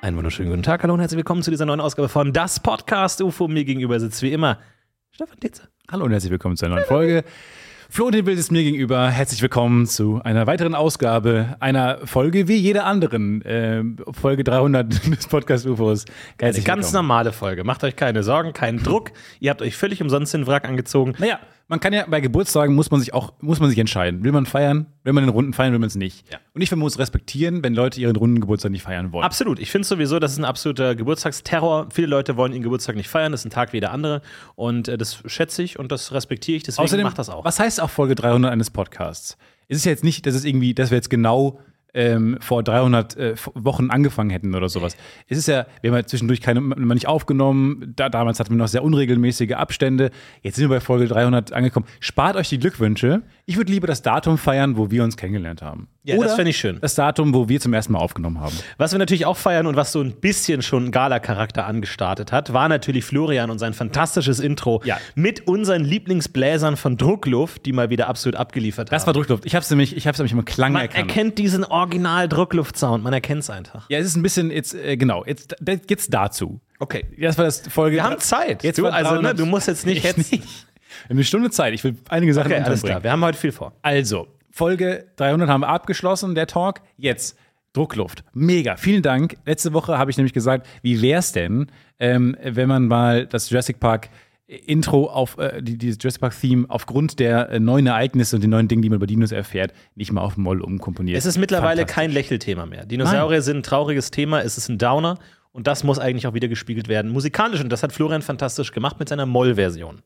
Einen wunderschönen guten Tag, hallo und herzlich willkommen zu dieser neuen Ausgabe von Das Podcast UFO. Mir gegenüber sitzt wie immer Stefan Tietze. Hallo und herzlich willkommen zu einer neuen Folge. Flo Bild ist mir gegenüber. Herzlich willkommen zu einer weiteren Ausgabe einer Folge wie jeder anderen. ähm, Folge 300 des Podcast UFOs. Eine Herzlich ganz willkommen. normale Folge. Macht euch keine Sorgen, keinen Druck. Ihr habt euch völlig umsonst den Wrack angezogen. Naja, man kann ja bei Geburtstagen muss man sich auch muss man sich entscheiden. Will man feiern? Will man in Runden feiern? Will man es nicht? Ja. Und ich finde, man muss respektieren, wenn Leute ihren Runden Geburtstag nicht feiern wollen. Absolut. Ich finde sowieso, das ist ein absoluter Geburtstagsterror. Viele Leute wollen ihren Geburtstag nicht feiern. Das ist ein Tag wie jeder andere. Und äh, das schätze ich und das respektiere ich. Deswegen macht das auch. Was heißt auch Folge 300 eines Podcasts? Es ist ja jetzt nicht, dass es irgendwie, dass wir jetzt genau ähm, vor 300 äh, v- Wochen angefangen hätten oder sowas. Es ist ja, wir haben ja zwischendurch keine, mal nicht aufgenommen. Da, damals hatten wir noch sehr unregelmäßige Abstände. Jetzt sind wir bei Folge 300 angekommen. Spart euch die Glückwünsche. Ich würde lieber das Datum feiern, wo wir uns kennengelernt haben. Ja, das fänd ich schön. Das Datum, wo wir zum ersten Mal aufgenommen haben. Was wir natürlich auch feiern und was so ein bisschen schon Gala-Charakter angestartet hat, war natürlich Florian und sein fantastisches Intro Ja. mit unseren Lieblingsbläsern von Druckluft, die mal wieder absolut abgeliefert Das haben. war Druckluft. Ich habe es nämlich, ich habe es nämlich im Klang man erkannt. erkennt diesen Original-Druckluft-Sound, man erkennt es einfach. Ja, es ist ein bisschen jetzt äh, genau. Jetzt da- geht's dazu. Okay. Das war das Folge. Wir haben Zeit. Jetzt du, war also, ne, 300 du musst jetzt nicht Ich jetzt. nicht. Wir haben eine Stunde Zeit. Ich will einige Sachen Okay, okay, alles klar. Wir haben heute viel vor. Also, Folge 300 haben wir abgeschlossen, der Talk. Jetzt Druckluft. Mega. Vielen Dank. Letzte Woche habe ich nämlich gesagt, wie wäre es denn, ähm, wenn man mal das Jurassic Park Intro auf äh, die, dieses Jurassic Park Theme aufgrund der äh, neuen Ereignisse und den neuen Dingen, die man über Dinos erfährt, nicht mal auf Moll umkomponiert. Es ist mittlerweile Fantastisch. kein Lächelthema mehr. Dinosaurier sind ein trauriges Thema, es ist ein Downer und das muss eigentlich auch wieder gespiegelt werden. Musikalisch und das hat Florian fantastisch gemacht mit seiner Moll-Version.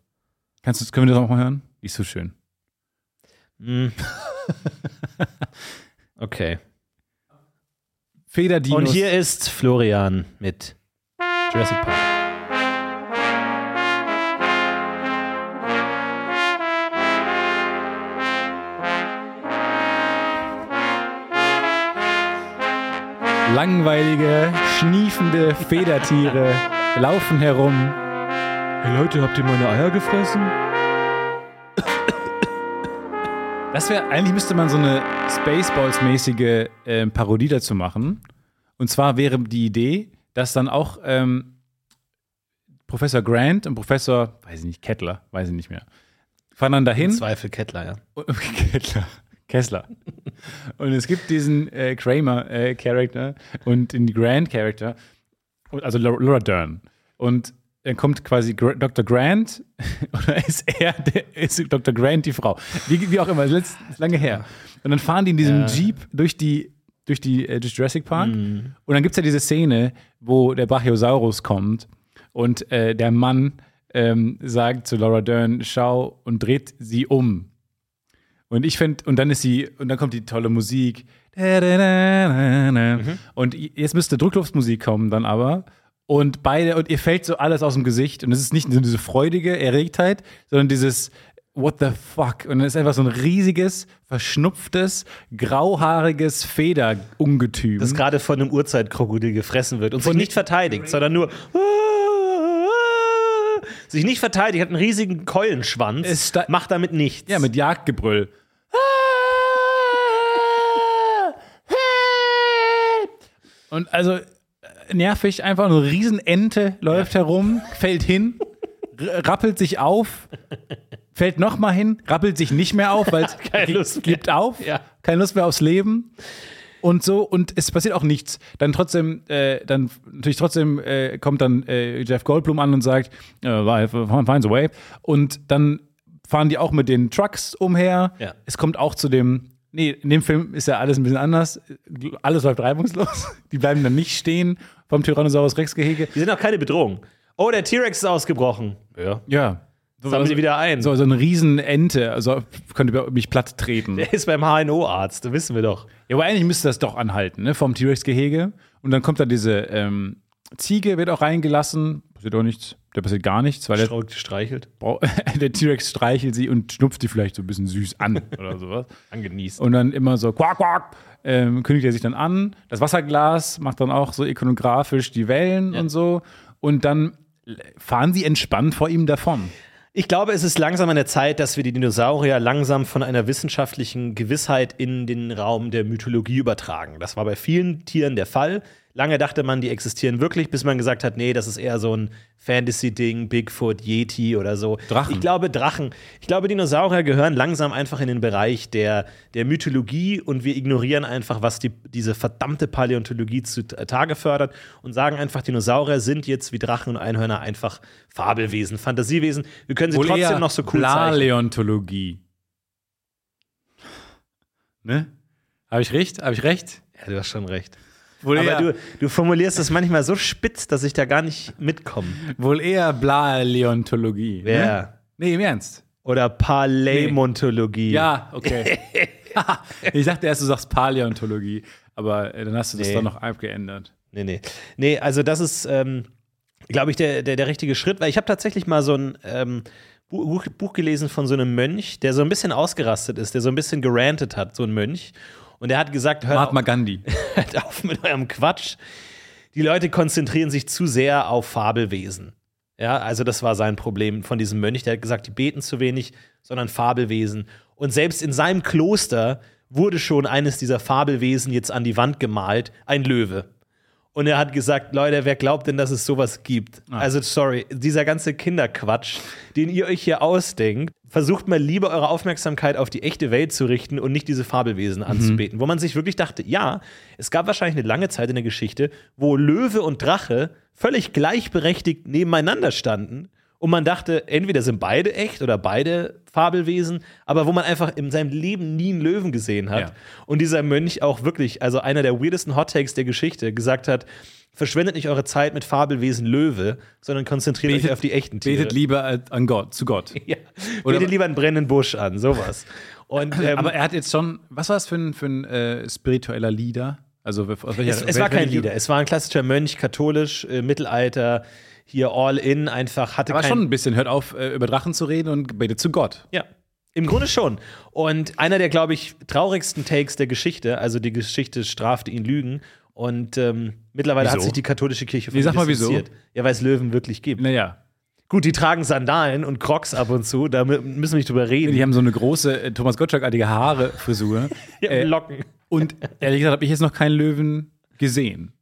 Kannst du, können wir das auch mal hören? Die ist so schön. Okay. Federdinos. Und hier ist Florian mit Jurassic Park. langweilige, schniefende Federtiere laufen herum. Hey Leute, habt ihr meine Eier gefressen? Das wäre, eigentlich müsste man so eine Spaceballs-mäßige ähm, Parodie dazu machen. Und zwar wäre die Idee, dass dann auch ähm, Professor Grant und Professor, weiß ich nicht, Kettler, weiß ich nicht mehr, fahren dann dahin. Zweifel Kettler, ja. Und- Kettler. Kessler. Und es gibt diesen äh, Kramer-Charakter und den Grant-Charakter, und- also Laura Laura Dern. Und dann kommt quasi Gr Dr. Grant oder ist er, der, ist Dr. Grant die Frau? Wie, wie auch immer, letzt, ist lange her. Und dann fahren die in diesem Ja. Jeep durch die durch die äh, durch Jurassic Park. Und dann gibt es ja diese Szene, wo der Brachiosaurus kommt und äh, der Mann ähm, sagt zu Laura Dern, schau und dreht sie um. Und ich finde, und dann ist sie, und dann kommt die tolle Musik. Und jetzt müsste Druckluftmusik kommen, dann aber. Und beide, und ihr fällt so alles aus dem Gesicht. Und es ist nicht so diese freudige Erregtheit, sondern dieses What the fuck? Und es ist einfach so ein riesiges, verschnupftes, grauhaariges Federungetüm. Das gerade von einem Urzeitkrokodil gefressen wird und sich nicht verteidigt, sondern nur sich nicht verteidigt, hat einen riesigen Keulenschwanz, Es sta- macht damit nichts. ja, mit Jagdgebrüll. Und also äh, nervig, einfach eine Riesenente läuft herum, fällt hin, r- rappelt sich auf, fällt nochmal hin, rappelt sich nicht mehr auf, weil es Keine gi- Lust gibt auf, Ja. keine Lust mehr aufs Leben. Und so, und es passiert auch nichts. Dann trotzdem, äh, dann natürlich trotzdem äh, kommt dann äh, Jeff Goldblum an und sagt, äh, life finds a way. Und dann fahren die auch mit den Trucks umher. Ja. Es kommt auch zu dem, nee, in dem Film ist ja alles ein bisschen anders. Alles läuft reibungslos. Die bleiben dann nicht stehen vom Tyrannosaurus Rex Gehege. Die sind auch keine Bedrohung. Oh, der T-Rex ist ausgebrochen. Ja. Ja. So, Sammeln sie wieder ein. so, so eine Riesenente, also könnte über mich platt treten. Der ist beim HNO-Arzt, wissen wir doch. Ja, aber eigentlich müsste das doch anhalten, ne? Vom T-Rex-Gehege. Und dann kommt da diese ähm, Ziege, wird auch reingelassen. Passiert auch nichts. Da passiert gar nichts, weil der, Strauch gestreichelt, Bra- der T-Rex streichelt sie und schnupft sie vielleicht so ein bisschen süß an oder sowas. angenießt. Und dann immer so quack, quack, ähm, kündigt er sich dann an. Das Wasserglas macht dann auch so ikonografisch die Wellen und so. Und dann fahren sie entspannt vor ihm davon. Ich glaube, es ist langsam an der Zeit, dass wir die Dinosaurier langsam von einer wissenschaftlichen Gewissheit in den Raum der Mythologie übertragen. Das war bei vielen Tieren der Fall. Lange dachte man, die existieren wirklich, bis man gesagt hat, nee, das ist eher so ein Fantasy-Ding, Bigfoot, Yeti oder so. Drachen. Ich glaube, Drachen. Ich glaube, Dinosaurier gehören langsam einfach in den Bereich der, der Mythologie und wir ignorieren einfach, was die, diese verdammte Paläontologie zutage fördert und sagen einfach, Dinosaurier sind jetzt wie Drachen und Einhörner einfach Fabelwesen, Fantasiewesen. Wir können sie Wohl eher trotzdem noch so cool zeichnen. Paleontologie. Ne? Habe ich recht? Habe ich recht? Ja, du hast schon recht. Wohl Aber eher, du, du formulierst es manchmal so spitz, dass ich da gar nicht mitkomme. wohl eher Blaleontologie. Ja. Ne? Nee, im Ernst. Oder Paläontologie. Ja, okay. ich dachte erst, du sagst Paläontologie, aber äh, dann hast du das Nee. dann noch abgeändert. Nee, nee. Nee, also das ist, ähm, glaube ich, der, der, der richtige Schritt, weil ich habe tatsächlich mal so ein ähm, Bu- Buch, Buch gelesen von so einem Mönch, der so ein bisschen ausgerastet ist, der so ein bisschen gerantet hat, so ein Mönch. Und der hat gesagt, hört, Mahatma Gandhi. hört auf mit eurem Quatsch. Die Leute konzentrieren sich zu sehr auf Fabelwesen. Ja, also das war sein Problem von diesem Mönch. Der hat gesagt, die beten zu wenig, sondern Fabelwesen. Und selbst in seinem Kloster wurde schon eines dieser Fabelwesen jetzt an die Wand gemalt, ein Löwe. Und er hat gesagt, Leute, wer glaubt denn, dass es sowas gibt? Also sorry, dieser ganze Kinderquatsch, den ihr euch hier ausdenkt, versucht mal lieber eure Aufmerksamkeit auf die echte Welt zu richten und nicht diese Fabelwesen anzubeten, wo man sich wirklich dachte, ja, es gab wahrscheinlich eine lange Zeit in der Geschichte, wo Löwe und Drache völlig gleichberechtigt nebeneinander standen und man dachte, entweder sind beide echt oder beide Fabelwesen, aber wo man einfach in seinem Leben nie einen Löwen gesehen hat. Ja. Und dieser Mönch auch wirklich, also einer der weirdesten Hottakes der Geschichte, gesagt hat, verschwendet nicht eure Zeit mit Fabelwesen Löwe, sondern konzentriert euch auf die echten Tiere. Betet lieber äh, an Gott, zu Gott. ja. Oder- Betet lieber einen brennenden Busch an, sowas. Und, ähm, Aber er hat jetzt schon, was war es für ein, für ein äh, spiritueller Lieder? Also aus welcher, es, es war kein Religion? Lieder, es war ein klassischer Mönch, katholisch, äh, Mittelalter, hier all in, einfach hatte Aber kein, schon ein bisschen, hört auf, äh, über Drachen zu reden und betet zu Gott. Ja. Im Grunde schon. Und einer der, glaube ich, traurigsten Takes der Geschichte, also die Geschichte strafte ihn Lügen. Und ähm, mittlerweile hat Wieso? sich die katholische Kirche von Nee, ihm sag mal, wieso? distanziert. Ja, weil es Löwen wirklich gibt. Naja. Gut, die tragen Sandalen und Crocs ab und zu, da mü- müssen wir nicht drüber reden. Die haben so eine große äh, Thomas Gottschalk-artige Haare-Frisur. Die Äh, haben Locken. Und ehrlich gesagt habe ich jetzt noch keinen Löwen gesehen.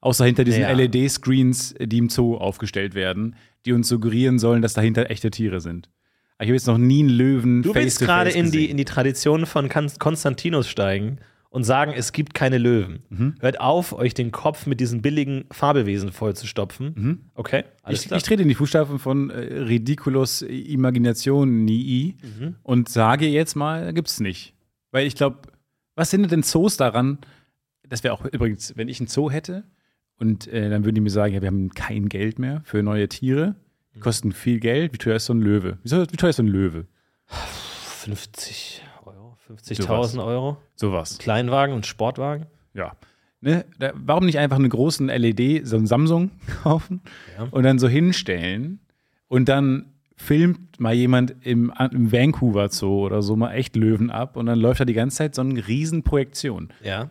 Außer hinter diesen Naja. LED-Screens, die im Zoo aufgestellt werden, die uns suggerieren sollen, dass dahinter echte Tiere sind. Aber Ich habe jetzt noch nie einen Löwen. Du willst face-to-face gerade in die, gesehen. in die Tradition von kan Konstantinos steigen und sagen, es gibt keine Löwen. Mhm. Hört auf, euch den Kopf mit diesen billigen Fabelwesen vollzustopfen. Mhm. Okay, alles Ich, klar. ich trete in die Fußstapfen von äh, Ridiculous Imagination Nii Mhm. und sage jetzt mal, gibt's nicht. Weil ich glaube, was hindert denn Zoos daran? Das wäre auch übrigens, wenn ich einen Zoo hätte und äh, dann würden die mir sagen, ja, wir haben kein Geld mehr für neue Tiere. Mhm. Die kosten viel Geld. Wie teuer ist so ein Löwe? Wie, soll, wie teuer ist so ein Löwe? 50 Euro, 50.000 Euro. Sowas. Kleinwagen und Sportwagen. Ja. Ne? Da, warum nicht einfach einen großen LED, so einen Samsung kaufen und dann so hinstellen und dann filmt mal jemand im, im Vancouver Zoo oder so mal echt Löwen ab und dann läuft da die ganze Zeit so eine Riesenprojektion. Ja.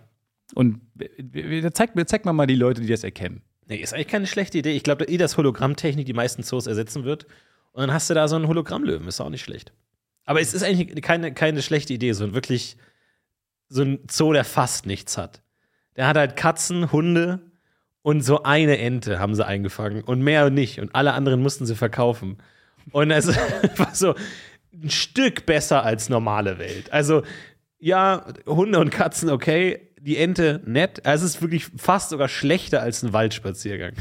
Und w- w- da zeigt, mir- zeigt man mal die Leute, die das erkennen. Nee, ist eigentlich keine schlechte Idee. Ich glaube, eh, dass Hologrammtechnik die meisten Zoos ersetzen wird. Und dann hast du da so einen Hologrammlöwen, ist auch nicht schlecht. Aber es ist eigentlich keine, keine schlechte Idee, so ein wirklich so ein Zoo, der fast nichts hat. Der hat halt Katzen, Hunde und so eine Ente haben sie eingefangen und mehr nicht. Und alle anderen mussten sie verkaufen. Und es war so ein Stück besser als normale Welt. Also, ja, Hunde und Katzen okay, die Ente nett. Also es ist wirklich fast sogar schlechter als ein Waldspaziergang.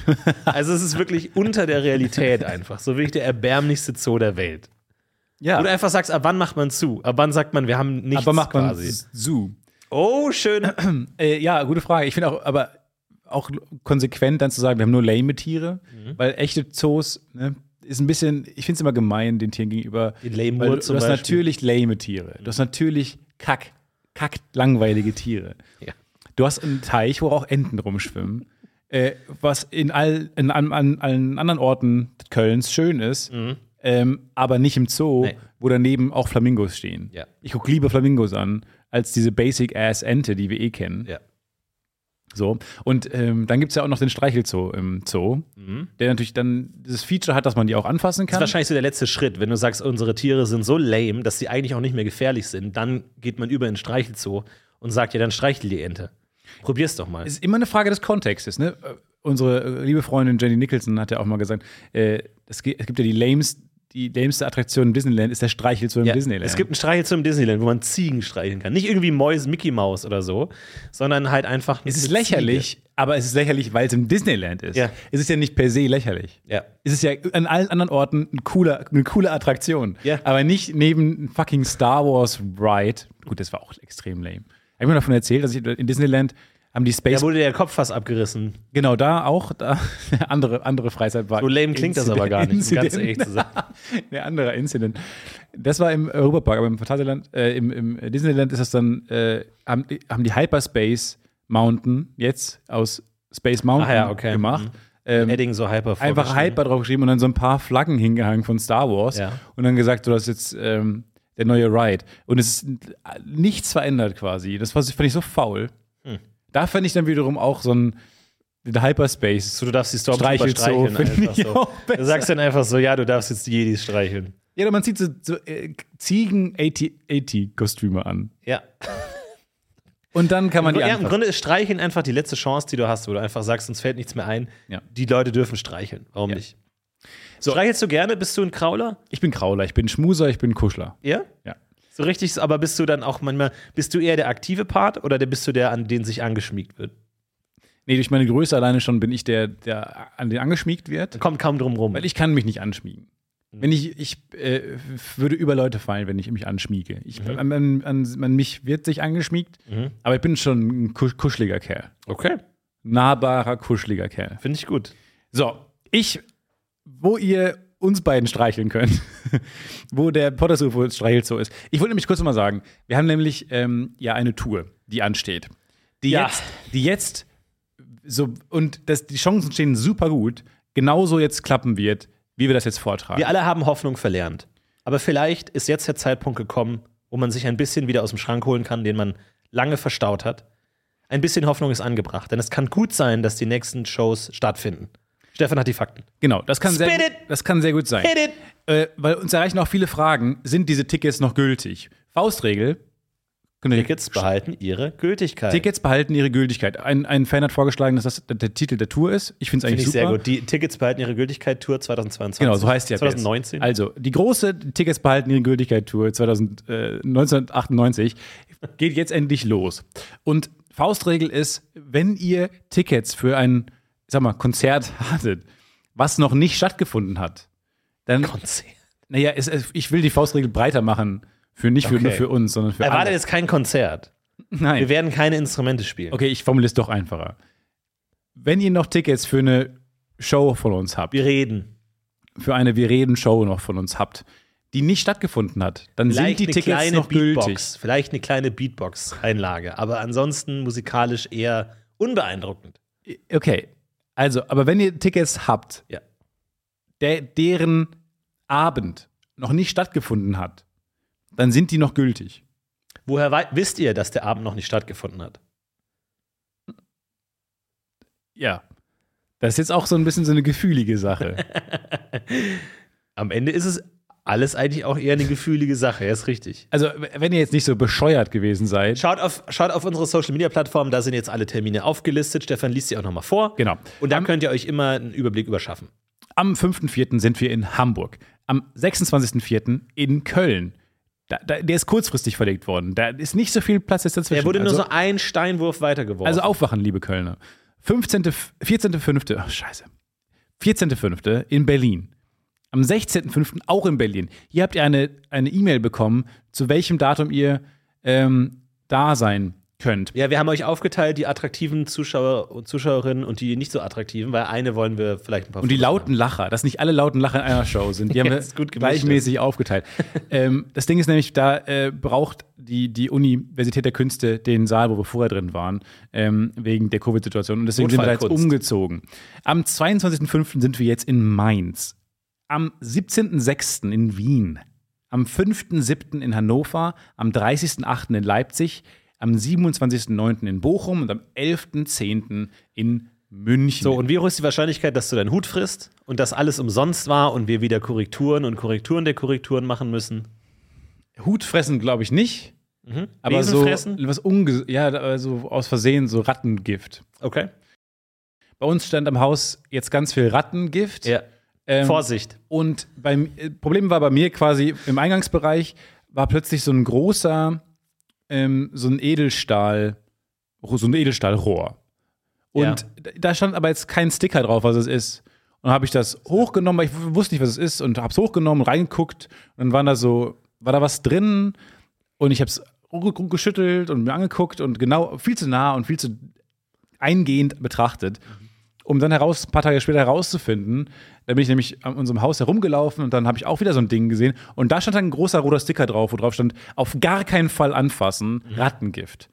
Also es ist wirklich unter der Realität einfach. So wirklich der erbärmlichste Zoo der Welt. Ja, Wo du einfach sagst, ab wann macht man zu? Ab wann sagt man, wir haben nichts Ah. aber macht man quasi? Zoo. Oh, schön. Äh, ja, gute Frage. Ich finde auch, aber auch konsequent dann zu sagen, wir haben nur lame Tiere, Mhm. weil echte Zoos ne, ist ein bisschen, ich finde es immer gemein den Tieren gegenüber. Die lame Mhm. weil Uhr du, zum du hast Beispiel. natürlich lame Tiere. Du hast natürlich kack, kack langweilige Tiere. Ja. Du hast einen Teich, wo auch Enten rumschwimmen. Äh, was in, all, in an, an, allen anderen Orten Kölns schön ist, ähm, aber nicht im Zoo, Mhm. Nee. wo daneben auch Flamingos stehen. Ja. Ich gucke lieber Flamingos an, als diese Basic-Ass-Ente, die wir eh kennen. Ja. So. Und ähm, dann gibt es ja auch noch den Streichelzoo im Zoo, der natürlich dann dieses Feature hat, dass man die auch anfassen Das kann. Mhm. ist wahrscheinlich so der letzte Schritt, wenn du sagst, unsere Tiere sind so lame, dass sie eigentlich auch nicht mehr gefährlich sind, dann geht man über in den Streichelzoo und sagt, ja, dann streichel die Ente. Probier's doch mal. Es ist immer eine Frage des Kontextes. Ne? Äh, Unsere äh, liebe Freundin Jenny Nicholson hat ja auch mal gesagt, äh, es ge- es gibt ja die lames, die lameste Attraktion in Disneyland ist der Streichelzoo im Ja, Disneyland. Es gibt einen Streichel zum Disneyland, wo man Ziegen streicheln kann. Nicht irgendwie Mäuse, Mickey Maus oder so, sondern halt einfach. es ist eine Ziege. lächerlich, aber es ist lächerlich, weil es im Disneyland ist. Ja. Es ist ja nicht per se lächerlich. Ja. Es ist ja an allen anderen Orten ein cooler, eine coole Attraktion. Ja. Aber nicht neben fucking Star Wars Ride. Gut, das war auch extrem lame. Hab Ich mir davon erzählt, dass ich in Disneyland haben die Space. Da wurde der Kopf fast abgerissen. genau, da auch, da andere, andere Freizeit war. So lame klingt das aber gar nicht, um ganz ehrlich zu sein. Ein anderer Incident. Das war im Europapark, aber im Phantasialand, äh, im, im Disneyland ist das dann, äh, haben, die- haben die Hyperspace Mountain jetzt aus Space Mountain Ah ja, okay. gemacht. Ähm, Edding so hyper einfach vorgeschrieben. Hyper draufgeschrieben und dann so ein paar Flaggen hingehangen von Star Wars Ja. und dann gesagt, so, das ist jetzt ähm, der neue Ride. Und es ist äh, nichts verändert quasi. Das war, fand ich so faul. Hm. Da fand ich dann wiederum auch so ein den Hyperspace. So, du darfst die Stormtrooper Streichelt so, streicheln. finde einfach ich so. auch besser. Du sagst dann einfach so, ja, du darfst jetzt die Jedis streicheln. Ja, oder man zieht so, so äh, Ziegen-80-Kostüme an. Ja. Und dann kann man die ja, im anfassen. Grunde ist Streicheln einfach die letzte Chance, die du hast, wo du einfach sagst, uns fällt nichts mehr ein. Ja. Die Leute dürfen streicheln. Warum Ja. nicht? Streichelst du gerne? Bist du ein Krauler? Ich bin Krauler, ich bin Schmuser, ich bin Kuschler. Ja? Ja. So richtig, aber bist du dann auch manchmal, bist du eher der aktive Part oder der, bist du der, an den sich angeschmiegt wird? Nee, durch meine Größe alleine schon bin ich der, der an den angeschmiegt wird, Kommt kaum drum rum. weil ich kann mich nicht anschmiegen. Mhm. Wenn ich, ich äh, f- würde über Leute fallen, wenn ich mich anschmiege. Ich, Mhm. an, an, an, an mich wird sich angeschmiegt, aber ich bin schon ein kusch, kuscheliger Kerl. Okay. Nahbarer, kuscheliger Kerl. Finde ich gut. So, ich, wo ihr uns beiden streicheln könnt, wo der Potters UFO streichelt so ist. Ich wollte nämlich kurz noch mal sagen, wir haben nämlich ähm, ja eine Tour, die ansteht. Die Ja. jetzt, die jetzt so, und das, die Chancen stehen super gut, genauso jetzt klappen wird, wie wir das jetzt vortragen. Wir alle haben Hoffnung verlernt. Aber vielleicht ist jetzt der Zeitpunkt gekommen, wo man sich ein bisschen wieder aus dem Schrank holen kann, den man lange verstaut hat. Ein bisschen Hoffnung ist angebracht, denn es kann gut sein, dass die nächsten Shows stattfinden. Stefan hat die Fakten. Genau, das kann, sehr Spit gut, it! das kann sehr gut sein. Hit it! Äh, weil uns erreichen auch viele Fragen, sind diese Tickets noch gültig? Faustregel, könnt ihr Tickets behalten ihre Gültigkeit. Tickets behalten ihre Gültigkeit. Ein, ein Fan hat vorgeschlagen, dass das der, der Titel der Tour ist. Ich finde es Finde eigentlich ich super. sehr gut. Die Tickets behalten ihre Gültigkeit Tour 2022. Genau, so heißt die ja. 2019. Jetzt. Also, die große Tickets behalten ihre Gültigkeit Tour 2000, äh, 1998 geht jetzt endlich los. Und Faustregel ist, wenn ihr Tickets für ein, ich sag mal, Konzert hattet, was noch nicht stattgefunden hat, dann, Konzert. naja, es, es- ich will die Faustregel breiter machen. Für nicht für, nur Okay. für uns, sondern für Erwartet alle. jetzt Äh, kein Konzert. Nein. Wir werden keine Instrumente spielen. Okay, ich formuliere es doch einfacher. Wenn ihr noch Tickets für eine Show von uns habt, Wir reden. für eine Wir reden Show noch von uns habt, die nicht stattgefunden hat, dann Vielleicht sind die eine Tickets kleine noch Beatbox. gültig. Vielleicht eine kleine Beatbox-Einlage. Aber ansonsten musikalisch eher unbeeindruckend. Okay. Also, aber wenn ihr Tickets habt, Ja. der, deren Abend noch nicht stattgefunden hat, dann sind die noch gültig. Woher wei- wisst ihr, dass der Abend noch nicht stattgefunden hat? Ja. Das ist jetzt auch so ein bisschen so eine gefühlige Sache. Am Ende ist es alles eigentlich auch eher eine gefühlige Sache. Ja, ist richtig. Also, w- wenn ihr jetzt nicht so bescheuert gewesen seid. Schaut auf, schaut auf unsere Social-Media-Plattform. Da sind jetzt alle Termine aufgelistet. Stefan liest sie auch nochmal vor. Genau. Und dann könnt ihr euch immer einen Überblick überschaffen. Am 5.4. sind wir in Hamburg. Am 26.4. in Köln. Da, da, der ist kurzfristig verlegt worden. Da ist nicht so viel Platz jetzt dazwischen. Er wurde nur also, so ein Steinwurf weitergeworfen. also aufwachen, liebe Kölner. 15., 14.5. Ach, oh, scheiße. 14.5. in Berlin. Am 16.5. auch in Berlin. Hier habt ihr eine eine E-Mail bekommen, zu welchem Datum ihr ähm, da sein könnt. ja, wir haben euch aufgeteilt, die attraktiven Zuschauer und Zuschauerinnen und die nicht so attraktiven, weil eine wollen wir vielleicht ein paar Und die Fotos lauten Lacher, dass nicht alle lauten Lacher in einer Show sind, die haben wir ist gut gemischt, gleichmäßig aufgeteilt. ähm, das Ding ist nämlich, da äh, braucht die, die Universität der Künste den Saal, wo wir vorher drin waren, ähm, wegen der Covid-Situation. Und deswegen sind wir da jetzt Notfallkunst. umgezogen. Am 22.05. sind wir jetzt in Mainz. Am 17.06. in Wien. Am 5.07. in Hannover. Am 30.08. in Leipzig. Am 27.09. in Bochum und am 11.10. in München. So, und wie hoch ist die Wahrscheinlichkeit, dass du deinen Hut frisst und dass alles umsonst war und wir wieder Korrekturen und Korrekturen der Korrekturen machen müssen? Hut fressen glaube ich nicht. Aber Besen so Mhm. fressen? was unge ja, also aus Versehen so Rattengift. Okay. Bei uns stand am Haus jetzt ganz viel Rattengift. Ja. Ähm, Vorsicht. Und beim äh, Problem war bei mir quasi im Eingangsbereich war plötzlich so ein großer, ähm, so ein Edelstahl, so ein Edelstahlrohr. Und Ja. d- da stand aber jetzt kein Sticker drauf, was es ist. Und habe ich das hochgenommen, weil ich w- wusste nicht, was es ist, und habe es hochgenommen, reingeguckt. Und dann waren da so, war da was drin? Und ich habe es geschüttelt und mir angeguckt und genau viel zu nah und viel zu eingehend betrachtet, um dann heraus, ein paar Tage später herauszufinden, da bin ich nämlich an unserem Haus herumgelaufen und dann habe ich auch wieder so ein Ding gesehen und da stand dann ein großer roter Sticker drauf, wo drauf stand, auf gar keinen Fall anfassen, Mhm. Rattengift.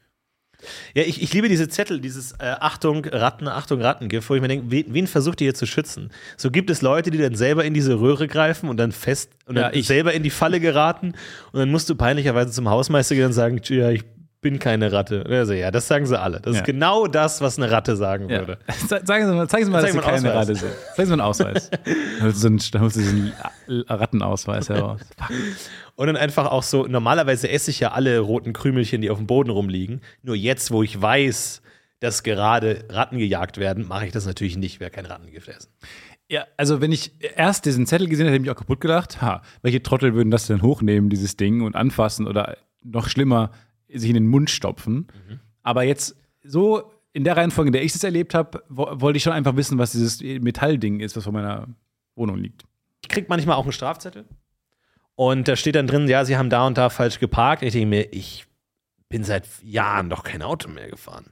Ja, ich, ich liebe diese Zettel, dieses äh, Achtung, Ratten, Achtung, Rattengift, wo ich mir denke, wen, wen versucht ihr hier zu schützen? So gibt es Leute, die dann selber in diese Röhre greifen und dann fest und Ja, dann ich. selber in die Falle geraten und dann musst du peinlicherweise zum Hausmeister gehen und sagen, "Tja, ja, ich bin keine Ratte. Und er so, ja, das sagen sie alle. Das Ja. ist genau das, was eine Ratte sagen würde. Ze- Zeigen Sie mal, zeigen Sie mal dass Zeigen Sie Sie mal einen keine Ausweis. Ratte sind. Zeigen Sie mal einen Ausweis. Holst du so einen- holst du so einen Rattenausweis heraus. Fuck. Und dann einfach auch so, normalerweise esse ich ja alle roten Krümelchen, die auf dem Boden rumliegen. Nur jetzt, wo ich weiß, dass gerade Ratten gejagt werden, mache ich das natürlich nicht, wer kein Rattengift essen. Ja, also wenn ich erst diesen Zettel gesehen hätte, hätte ich mich auch kaputt gedacht, ha, welche Trottel würden das denn hochnehmen, dieses Ding, und anfassen oder noch schlimmer, sich in den Mund stopfen. Mhm. Aber jetzt so in der Reihenfolge, in der ich das erlebt habe, wo, wollte ich schon einfach wissen, was dieses Metallding ist, was vor meiner Wohnung liegt. ich krieg manchmal auch einen Strafzettel. Und da steht dann drin, ja, sie haben da und da falsch geparkt. Ich denke mir, ich bin seit Jahren doch kein Auto mehr gefahren.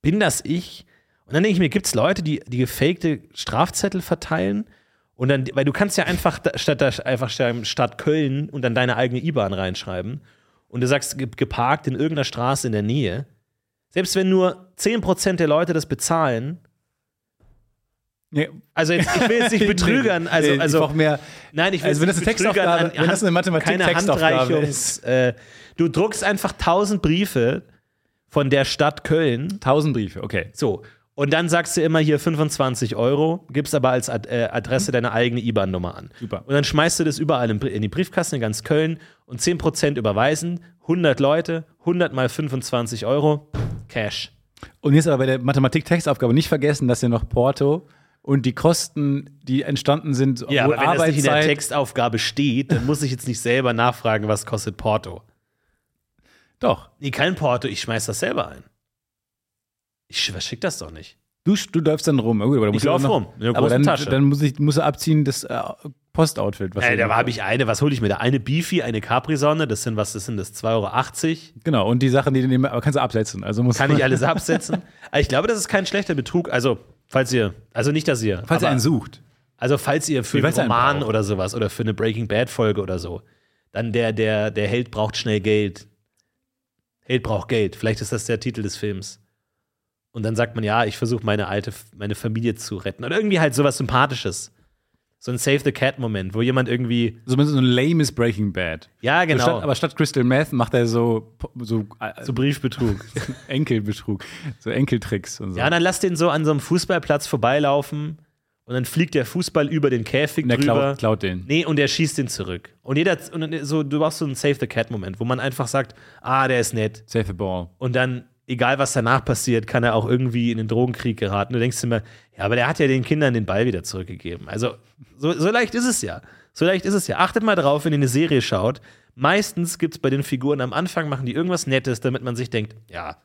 Bin das ich? Und dann denke ich mir, gibt es Leute, die, die gefakte Strafzettel verteilen? Und dann, weil du kannst ja einfach da, statt da, einfach schreiben, Stadt Köln und dann deine eigene IBAN reinschreiben. Und du sagst, ge- geparkt in irgendeiner Straße in der Nähe. Selbst wenn nur 10% der Leute das bezahlen, Ja, also jetzt, ich will jetzt nicht betrügern, also, nee, also ich brauch mehr. Nein, ich will Also wenn das eine nicht betrügern Textaufgabe- an- wenn das eine Hand- Mathematik- keine Textaufgabe Handreichungs- ist. Äh, du druckst einfach tausend Briefe von der Stadt Köln. Tausend Briefe, okay. So. Und dann sagst du immer hier 25 Euro, gibst aber als Ad äh, Adresse deine eigene IBAN-Nummer an. Super. Und dann schmeißt du das überall in, Brie- in die Briefkasten in ganz Köln und 10% überweisen, 100 Leute, 100 mal 25 Euro, Cash. Und jetzt aber bei der Mathematik-Textaufgabe nicht vergessen, dass ihr noch Porto und die Kosten, die entstanden sind, Ja, obwohl aber wenn das nicht in der Arbeitszeit- Textaufgabe steht, dann muss ich jetzt nicht selber nachfragen, was kostet Porto. Doch. Nee, kein Porto, ich schmeiß das selber ein. Ich sch- verschick das doch nicht. Du, du läufst dann rum. Ja, gut, aber du musst lauf auch noch- rum, in der aber großen dann, Tasche. dann muss ich muss er abziehen das äh, Postoutfit. Was Ey, er- da habe ich eine, was hole ich mir da? Eine Beefy, eine Capri-Sonne, das sind was, das sind das 2,80 Euro. genau und die Sachen, die du nehmen, aber kannst du absetzen. Also muss Kann ich alles absetzen? Aber ich glaube, das ist kein schlechter Betrug. Also, falls ihr, also nicht, dass ihr, Falls er aber, einen sucht. also falls ihr für Ich einen weiß, einen Roman braucht. oder sowas oder für eine Breaking Bad-Folge oder so, dann der, der, der Held braucht schnell Geld. Held braucht Geld. Vielleicht ist das der Titel des Films. Und dann sagt man, ja, ich versuche meine alte, meine Familie zu retten. Oder irgendwie halt sowas Sympathisches. So ein Save the Cat-Moment, wo jemand irgendwie, So ein so ein lames Breaking Bad. ja, So genau. Statt, aber statt Crystal Meth macht er so so, äh, So Briefbetrug. Enkelbetrug, so Enkeltricks und so. ja, dann lass den so an so einem Fußballplatz vorbeilaufen und dann fliegt der Fußball über den Käfig und der drüber. klaut, klaut den. Nee, und er schießt den zurück. Und jeder, und dann so, du machst so einen Save the Cat-Moment, wo man einfach sagt, ah, der ist nett. Save the ball. Und dann, egal was danach passiert, kann er auch irgendwie in den Drogenkrieg geraten. Du denkst dir immer, ja, aber der hat ja den Kindern den Ball wieder zurückgegeben. Also, so, so leicht ist es ja. So leicht ist es ja. Achtet mal drauf, wenn ihr eine Serie schaut. Meistens gibt es bei den Figuren am Anfang, machen die irgendwas Nettes, damit man sich denkt, ja,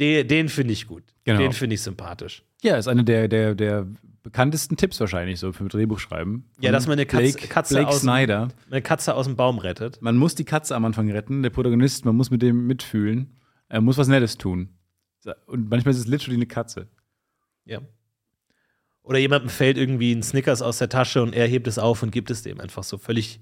den, den finde ich gut. Genau. Den finde ich sympathisch. Ja, ist einer der, der, der bekanntesten Tipps wahrscheinlich so für Drehbuchschreiben. Ja, Von dass man eine Katze- Blake, Katze Blake aus- Snyder. Eine Katze aus dem Baum rettet. Man muss die Katze am Anfang retten, der Protagonist, man muss mit dem mitfühlen. Er muss was Nettes tun. Und manchmal ist es literally eine Katze. Ja. Oder jemandem fällt irgendwie ein Snickers aus der Tasche und er hebt es auf und gibt es dem einfach so völlig.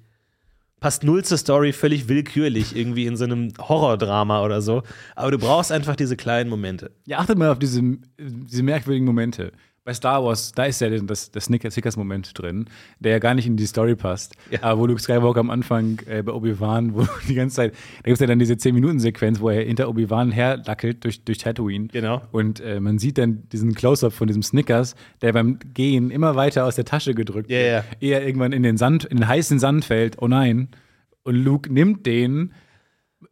Passt null zur Story, völlig willkürlich, irgendwie in so einem Horrordrama oder so. Aber du brauchst einfach diese kleinen Momente. Ja, achtet mal auf diese, diese merkwürdigen Momente. Bei Star Wars, da ist ja das, das Snicker- Snickers-Moment drin, der ja gar nicht in die Story passt. Ja. Aber wo Luke Skywalker am Anfang äh, bei Obi-Wan, wo die ganze Zeit, da gibt es ja dann diese 10-Minuten-Sequenz, wo er hinter Obi-Wan herlackelt durch, durch Tatooine. Genau. Und äh, man sieht dann diesen Close-Up von diesem Snickers, der beim Gehen immer weiter aus der Tasche gedrückt Ja, wird. Eher irgendwann in den Sand, in den heißen Sand fällt. Oh nein. Und Luke nimmt den,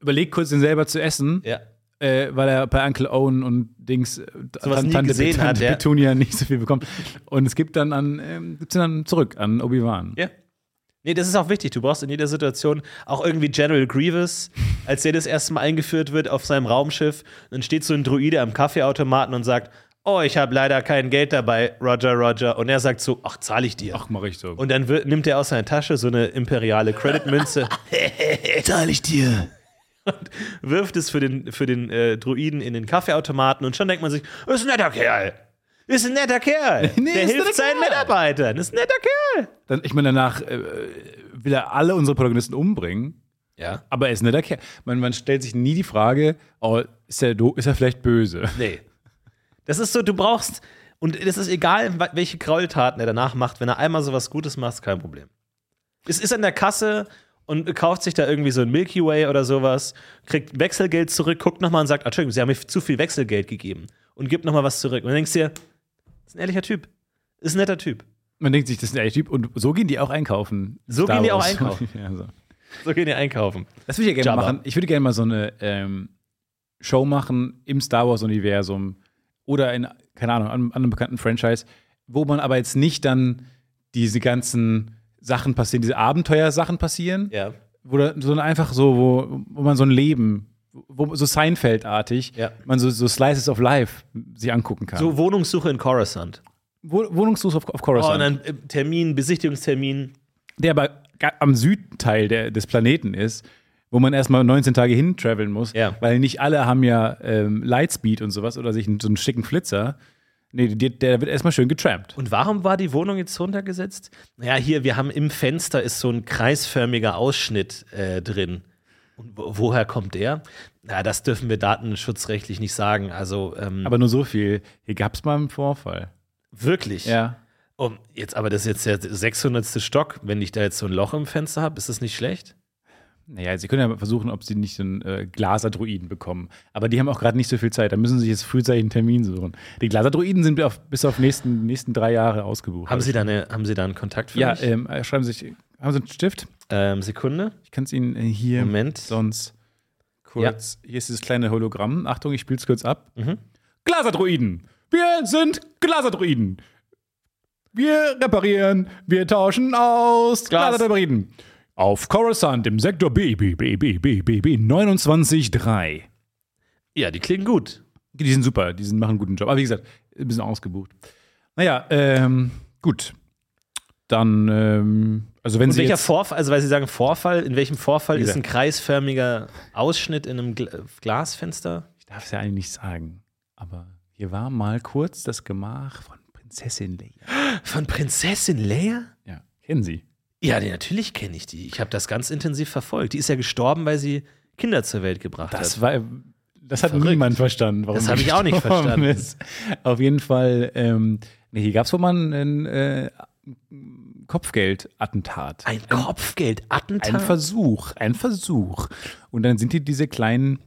überlegt kurz, den selber zu essen, Ja. äh, weil er bei Uncle Owen und Dings äh, Sowas nie gesehen Tante hat, ja. Petunia nicht so viel bekommt. Und es gibt dann an, ähm, gibt's dann zurück an Obi-Wan. Ja. Nee, das ist auch wichtig. Du brauchst in jeder Situation auch irgendwie General Grievous, als der das erste Mal eingeführt wird auf seinem Raumschiff. Dann steht so ein Druide am Kaffeeautomaten und sagt: Oh, ich habe leider kein Geld dabei, Roger, Roger. Und er sagt so: Ach, zahle ich dir. Ach, mach ich so. Und dann wird, nimmt er aus seiner Tasche so eine imperiale Creditmünze, zahle ich dir. wirft es für den, für den äh, Druiden in den Kaffeeautomaten und schon denkt man sich: Ist ein netter Kerl. Ist ein netter Kerl. Nee, der ist ein netter hilft seinen Kerl. Mitarbeitern. Ist ein netter Kerl. Dann, ich meine, danach äh, will er alle unsere Protagonisten umbringen, Ja. aber er ist nicht der Kerl. Man, man stellt sich nie die Frage, oh, ist er, do, ist er vielleicht böse? Nee. Das ist so, du brauchst, und es ist egal, wa- welche Gräueltaten er danach macht, wenn er einmal sowas Gutes macht, ist kein Problem. Es ist an der Kasse und kauft sich da irgendwie so ein Milky Way oder sowas, kriegt Wechselgeld zurück, guckt nochmal und sagt, "Ah, Entschuldigung, sie haben mir zu viel Wechselgeld gegeben und gibt nochmal was zurück. Und dann denkst du dir, ist ein ehrlicher Typ. Ist ein netter Typ. Man denkt sich, das ist ein ehrlicher Typ und so gehen die auch einkaufen. So gehen die auch einkaufen. ja, so. So gehen die einkaufen. Das würde ich ja gerne Jabba. mal machen. Ich würde gerne mal so eine ähm, Show machen im Star Wars-Universum oder in, keine Ahnung, einem anderen bekannten Franchise, wo man aber jetzt nicht dann diese ganzen Sachen passieren, diese Abenteuersachen passieren, Ja. wo da, sondern einfach so, wo, wo man so ein Leben, wo, so Seinfeld-artig, Ja. man so, so Slices of Life sich angucken kann. So Wohnungssuche in Coruscant. Wo, Wohnungssuche auf, auf Coruscant. Oh, und dann äh, Termin, Besichtigungstermin. der aber ga- am Südteil der, des Planeten ist, wo man erstmal 19 Tage hin traveln muss, Ja. weil nicht alle haben ja ähm, Lightspeed und sowas oder sich einen- so einen schicken Flitzer. Nee, der, der wird erstmal schön getrampt. Und warum war die Wohnung jetzt runtergesetzt? Naja, hier, wir haben im Fenster ist so ein kreisförmiger Ausschnitt äh, drin. Und wo, woher kommt der? Na, das dürfen wir datenschutzrechtlich nicht sagen. Also ähm, Aber nur so viel. Hier gab es mal einen Vorfall. wirklich. Ja. Um, jetzt, aber das ist jetzt der 600. Stock. Wenn ich da jetzt so ein Loch im Fenster habe, ist das nicht schlecht? Naja, sie können ja versuchen, ob sie nicht einen äh, Glaserdruiden bekommen. Aber die haben auch gerade nicht so viel Zeit. Da müssen sie sich jetzt frühzeitig einen Termin suchen. Die Glaserdruiden sind auf, bis auf nächsten, nächsten drei Jahre ausgebucht. Haben Sie da, eine, haben Sie da einen Kontakt für ja, mich? ähm, äh, schreiben Sie sich. Haben Sie einen Stift? Ähm, Sekunde. Ich kann es Ihnen äh, hier. Moment. Sonst kurz. Hier ist dieses kleine Hologramm. Achtung, ich spiel's kurz ab. Mhm. Glaserdruiden! Wir sind Glaserdruiden! Wir reparieren, wir tauschen aus Glas. Glaserdruiden. Auf Coruscant im Sektor B, B, B, B, B, B, B 29.3. Ja, die klingen gut. Die sind super, die sind, machen einen guten Job. Aber wie gesagt, ein bisschen ausgebucht. Naja, ähm, gut. Dann, ähm, also wenn Und Sie welcher jetzt, Vorfall, also weil Sie sagen Vorfall, in welchem Vorfall Wie ist ein gesagt. kreisförmiger Ausschnitt in einem Gl Glasfenster? Ich darf es ja eigentlich nicht sagen, aber hier war mal kurz das Gemach von Prinzessin Leia. Von Prinzessin Leia? Ja, kennen Sie. Ja, die, natürlich kenne ich die. Ich habe das ganz intensiv verfolgt. Die ist ja gestorben, weil sie Kinder zur Welt gebracht hat. Das war, das hat Verrückt. niemand verstanden. Warum Das die hab ich auch nicht gestorben verstanden. Ist. Auf jeden Fall, ähm, nee, hier gab es wohl mal ein äh, Kopfgeldattentat. Ein Kopfgeldattentat? Ein Versuch, ein Versuch. Und dann sind hier diese kleinen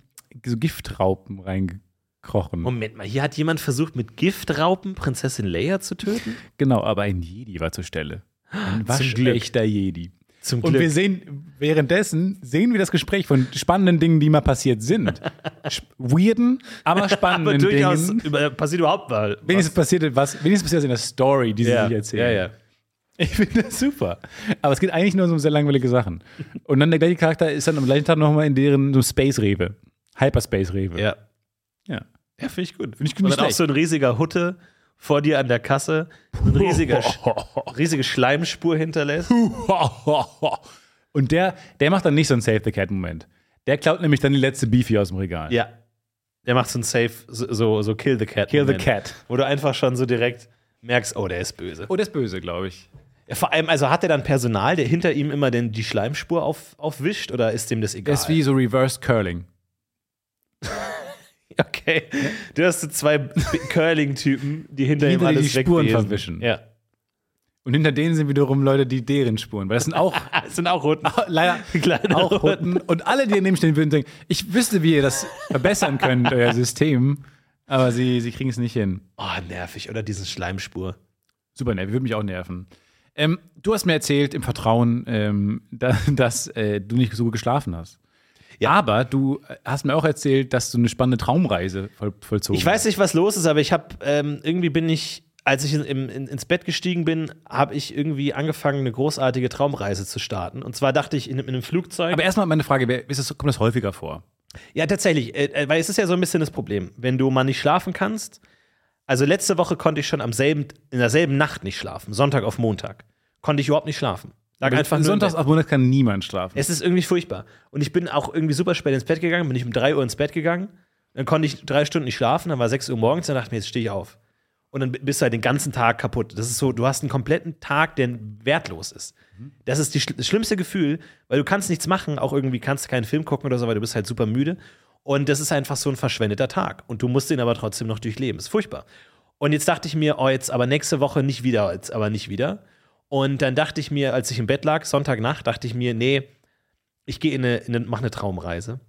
so Giftraupen reingekrochen. Moment mal, hier hat jemand versucht, mit Giftraupen Prinzessin Leia zu töten? genau, aber ein Jedi war zur Stelle. Ein Glück. waschechter Jedi. Zum Und Glück. wir sehen, währenddessen sehen wir das Gespräch von spannenden Dingen, die mal passiert sind. Sp- Weirden, aber aber spannenden durchaus Dingen. über, passiert überhaupt mal. was. Wenigstens passiert was, wenigstens passiert in der Story, die sie Ja, sich erzählen. ja, ja. Ich finde das super. Aber es geht eigentlich nur so um sehr langweilige Sachen. Und dann der gleiche Charakter ist dann am gleichen Tag nochmal in deren so Space-Rewe. Hyperspace-Rewe. Ja, Ja. ja finde ich gut. Finde ich Und nicht dann auch schlecht. so ein riesiger Hutte vor dir an der Kasse, ein riesiger, Sch- riesige Schleimspur hinterlässt. Und der, der macht dann nicht so einen Save the Cat-Moment. Der klaut nämlich dann die letzte Beefy aus dem Regal. Ja. Der macht so ein Safe, so, so, so Kill the Cat. Kill the Moment. Cat. Wo du einfach schon so direkt merkst, oh, der ist böse. Oh, der ist böse, glaube ich. Ja, Vor allem, also hat er dann Personal, der hinter ihm immer den, die Schleimspur auf, aufwischt oder ist dem das egal? Das ist wie so Reverse Curling. okay. Du hast so zwei B- Curling-Typen, die hinter Die ihm hinter dir alles die Spuren wegwesen. verwischen. Ja. Und hinter denen sind wiederum Leute, die deren Spuren. Weil das sind auch Ah, es sind auch Roten. leider Kleine auch Hutten. Und alle, die daneben stehen würden, denken, ich wüsste, wie ihr das verbessern könnt, euer System. Aber sie, sie kriegen es nicht hin. Oh, nervig. Oder diese Schleimspur. Super nervig, würde mich auch nerven. Ähm, du hast mir erzählt im Vertrauen, ähm, da, dass äh, du nicht so gut geschlafen hast. Ja. Aber du äh, hast mir auch erzählt, dass du eine spannende Traumreise voll, vollzogen Ich weiß nicht, was los ist, aber ich habe ähm, irgendwie bin ich, als ich in, im- in, ins Bett gestiegen bin, habe ich irgendwie angefangen, eine großartige Traumreise zu starten. Und zwar dachte ich in, in einem Flugzeug. Aber erstmal meine Frage, wer- ist das, kommt das häufiger vor? ja, tatsächlich, äh, äh, weil es ist ja so ein bisschen das Problem, wenn du mal nicht schlafen kannst. Also letzte Woche konnte ich schon am selben, in derselben Nacht nicht schlafen, Sonntag auf Montag. Konnte ich überhaupt nicht schlafen. Lag einfach nur im Sonntags Bett. ab Monat kann niemand schlafen. Es ist irgendwie furchtbar. Und ich bin auch irgendwie super spät ins Bett gegangen, bin ich um 3 Uhr ins Bett gegangen. Dann konnte ich drei Stunden nicht schlafen, dann war 6 Uhr morgens, dann dachte ich mir, jetzt stehe ich auf. Und dann bist du halt den ganzen Tag kaputt. Das ist so, du hast einen kompletten Tag, der wertlos ist. Das ist die, schl- das schlimmste Gefühl, weil du kannst nichts machen, auch irgendwie kannst du keinen Film gucken oder so, weil du bist halt super müde. Und das ist einfach so ein verschwendeter Tag. Und du musst den aber trotzdem noch durchleben. Ist furchtbar. Und jetzt dachte ich mir, oh, jetzt aber nächste Woche nicht wieder, jetzt aber nicht wieder. Und dann dachte ich mir, als ich im Bett lag, Sonntagnacht, dachte ich mir, nee, ich gehe in eine, in eine mache eine Traumreise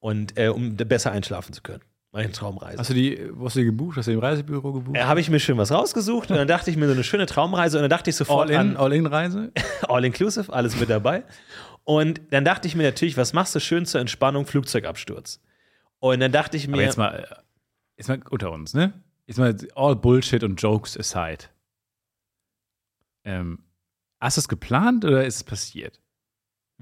und äh, um da besser einschlafen zu können. Mache ich eine Traumreise. Hast du die, wo hast du die gebucht? Hast Also, du die im Reisebüro gebucht? Äh, Habe ich mir schön was rausgesucht und dann dachte ich mir so eine schöne Traumreise und dann dachte ich sofort an All-In-Reise? all inclusive, alles mit dabei. Und dann dachte ich mir natürlich, was machst du schön zur Entspannung? Flugzeugabsturz. Und dann dachte ich mir, Aber jetzt mal, äh, jetzt mal unter uns, ne? Jetzt mal all Bullshit und Jokes aside. Ähm, hast du es geplant oder ist es passiert?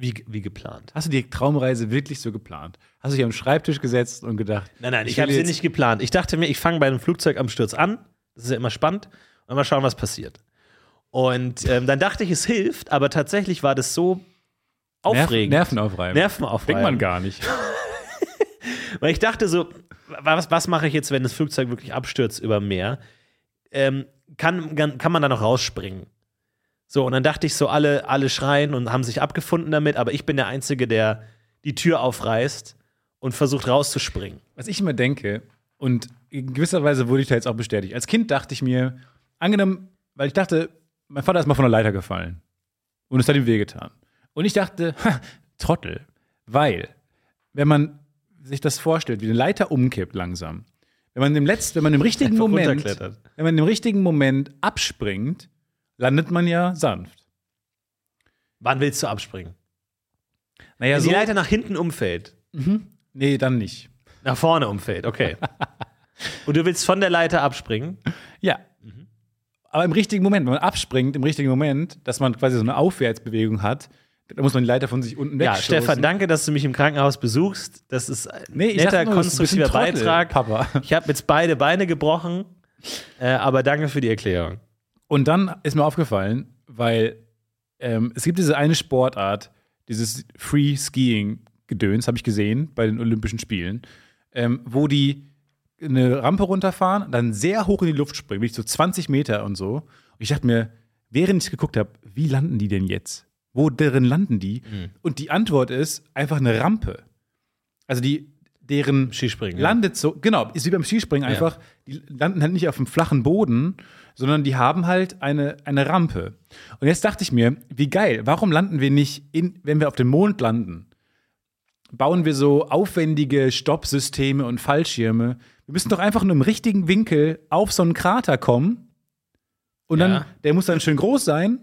wie, wie geplant. Hast du die Traumreise wirklich so geplant? Hast du dich am Schreibtisch gesetzt und gedacht, Nein, nein, ich, will habe sie jetzt- nicht geplant. Ich dachte mir, ich fange bei einem Flugzeugabsturz an. Das ist ja immer spannend. Und mal schauen, was passiert. Und ähm, dann dachte ich, es hilft, aber tatsächlich war das so Nerv- aufregend. Nerven aufreiben? Nerven auf. Denkt man gar nicht. Weil ich dachte so, was, was mache ich jetzt, wenn das Flugzeug wirklich abstürzt über Meer? Ähm, kann, kann, kann man da noch rausspringen? So, und dann dachte ich so, alle, alle schreien und haben sich abgefunden damit, aber ich bin der Einzige, der die Tür aufreißt und versucht rauszuspringen. was ich immer denke, und in gewisser Weise wurde ich da jetzt auch bestätigt. Als Kind dachte ich mir, angenommen, weil ich dachte, mein Vater ist mal von der Leiter gefallen. Und es hat ihm wehgetan. Und ich dachte, ha, Trottel. Weil, wenn man sich das vorstellt, wie eine Leiter umkippt langsam, wenn man im letzten, wenn man im richtigen Einfach Moment, runterklettert. wenn man im richtigen Moment abspringt, landet man ja sanft. Wann willst du abspringen? Naja, Wenn die Leiter nach hinten umfällt, nee, dann nicht. nach vorne umfällt, okay. und du willst von der Leiter abspringen? Ja. Mhm. Aber im richtigen Moment, wenn man abspringt, im richtigen Moment, dass man quasi so eine Aufwärtsbewegung hat, da muss man die Leiter von sich unten Ja, wegstoßen. Stefan, danke, dass du mich im Krankenhaus besuchst. Das ist ein Nee, ich netter, dachte nur, du bist ein bisschen konstruktiver Trottel, Beitrag. Papa. Ich habe jetzt beide Beine gebrochen, äh, aber danke für die Erklärung. Und dann ist mir aufgefallen, weil ähm, es gibt diese eine Sportart, dieses Free Skiing Gedöns, habe ich gesehen bei den Olympischen Spielen, ähm, wo die eine Rampe runterfahren, dann sehr hoch in die Luft springen, wirklich so 20 Meter und so. Und ich dachte mir, während ich geguckt habe, wie landen die denn jetzt? Wo drin landen die? Und die Antwort ist einfach eine Rampe. Also die deren Skispringen, ja. landet so genau ist wie beim Skispringen einfach. Die landen halt nicht auf dem flachen Boden, sondern die haben halt eine eine Rampe. Und jetzt dachte ich mir, wie geil. Warum landen wir nicht in, wenn wir auf dem Mond landen? bauen wir so aufwendige Stoppsysteme und Fallschirme. Wir müssen doch einfach nur im richtigen Winkel auf so einen Krater kommen. Und dann, Ja. der muss dann schön groß sein.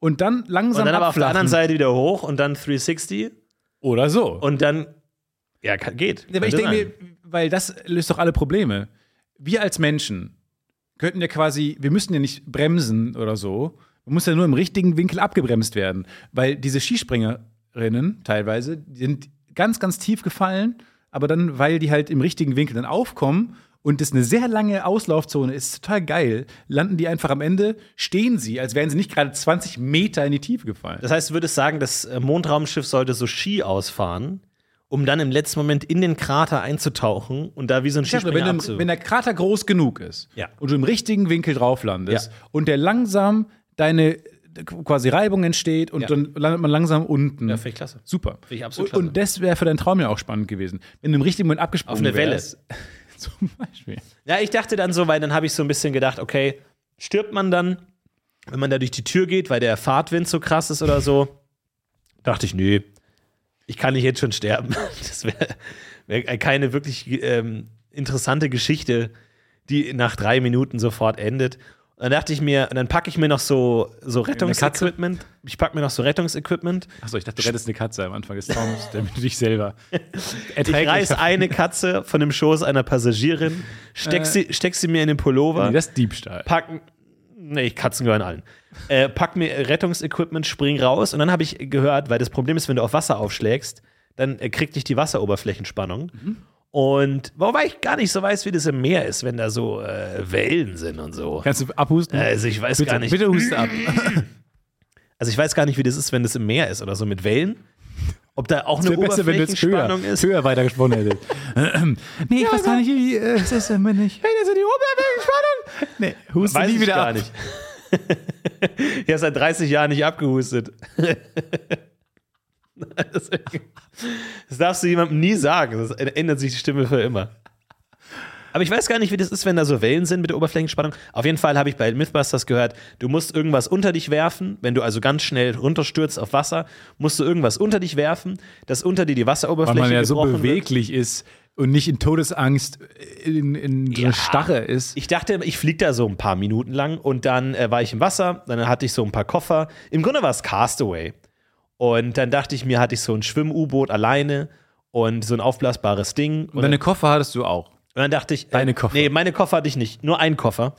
Und dann langsam Und dann aber auf der abflachen. anderen Seite wieder hoch und dann 360 Oder so. und dann. Ja, kann, geht. Ja, aber ich Könnte denke sein. mir, weil das löst doch alle Probleme. Wir als Menschen könnten ja quasi, wir müssen ja nicht bremsen oder so. Man muss ja nur im richtigen Winkel abgebremst werden. Weil diese Skispringerinnen teilweise die sind ganz, ganz tief gefallen, aber dann, weil die halt im richtigen Winkel dann aufkommen und das eine sehr lange Auslaufzone ist, total geil, landen die einfach am Ende, stehen sie, als wären sie nicht gerade 20 Meter in die Tiefe gefallen. Das heißt, du würdest sagen, das äh, Mondraumschiff sollte so Ski ausfahren, um dann im letzten Moment in den Krater einzutauchen und da wie so ein Ja, aber Skispringer wenn, ja, du, wenn der Krater groß genug ist Ja. und du im richtigen Winkel drauf landest Ja. und der langsam deine quasi Reibung entsteht und Ja. dann landet man langsam unten. Ja, finde ich klasse. Super. Finde ich absolut und, klasse. und das wäre für deinen Traum ja auch spannend gewesen. Wenn du im richtigen Moment abgesprungen Auf eine Welle. wärst. Zum Beispiel. Ja, ich dachte dann so, weil dann habe ich so ein bisschen gedacht, okay, stirbt man dann, wenn man da durch die Tür geht, weil der Fahrtwind so krass ist oder so? dachte ich, nee, ich kann nicht jetzt schon sterben. Das wäre wär keine wirklich ähm, interessante Geschichte, die nach drei Minuten sofort endet. Und dann dachte ich mir, und dann packe ich mir noch so, so Katze? Rettungsequipment. Ich packe mir noch so Rettungsequipment. Achso, ich dachte, du rettest eine Katze am Anfang des Traums, damit du dich selber Ich erträglich reiß verf- eine Katze von dem Schoß einer Passagierin, steck, sie, steck sie mir in den Pullover. Nee, das ist Diebstahl. packen. Nee, Katzen gehören allen. Äh, pack mir Rettungsequipment, spring raus und dann habe ich gehört, weil das Problem ist, wenn du auf Wasser aufschlägst, dann äh, kriegt dich die Wasseroberflächenspannung. Und wobei ich gar nicht so weiß, wie das im Meer ist, wenn da so äh, Wellen sind und so. Kannst du abhusten? Also ich weiß bitte, gar nicht. bitte huste ab. Also ich weiß gar nicht, wie das ist, wenn das im Meer ist oder so mit Wellen. Ob da auch eine Wäre besser, wenn du jetzt höher, Oberflächenspannung ist. höher weitergesprochen hättest. nee, ich weiß gar nicht, wie äh, es ist immer nicht. Wenn also die Oberflächenspannung. Nee, huste Weiß nie ich wieder gar ab. nicht. ich habe seit 30 Jahren nicht abgehustet. das darfst du jemandem nie sagen. Das ändert sich die Stimme für immer. Aber ich weiß gar nicht, wie das ist, wenn da so Wellen sind mit der Oberflächenspannung. Auf jeden Fall habe ich bei Mythbusters gehört, du musst irgendwas unter dich werfen. Wenn du also ganz schnell runterstürzt auf Wasser, musst du irgendwas unter dich werfen, dass unter dir die Weil Wasseroberfläche man ja so gebrochen wird. beweglich ist und nicht in Todesangst in, in so eine Ja. Starre ist. Ich dachte, ich fliege da so ein paar Minuten lang und dann äh, war ich im Wasser, dann hatte ich so ein paar Koffer. Im Grunde war es Castaway. Und dann dachte ich mir, hatte ich so ein Schwimm-U-Boot alleine und so ein aufblasbares Ding. Und, Und deine Koffer hattest du auch. und dann dachte ich, äh, Deine Koffer. Nee, meine Koffer hatte ich nicht, nur einen Koffer.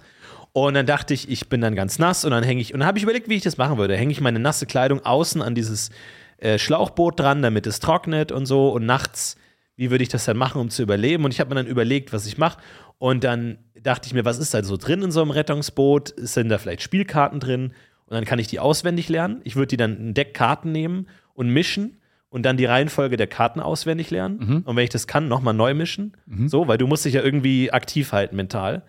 Und dann dachte ich, ich bin dann ganz nass und dann hänge ich, und dann habe ich überlegt, wie ich das machen würde. Hänge ich meine nasse Kleidung außen an dieses äh, Schlauchboot dran, damit es trocknet und so und nachts, wie würde ich das dann machen, um zu überleben? Und ich habe mir dann überlegt, was ich mache. Und dann dachte ich mir, was ist da so drin in so einem Rettungsboot? Sind da vielleicht Spielkarten drin? Und dann kann ich die auswendig lernen. Ich würde die dann in Deck Karten nehmen und mischen und dann die Reihenfolge der Karten auswendig lernen. Und wenn ich das kann, nochmal neu mischen. So, weil du musst dich ja irgendwie aktiv halten mental.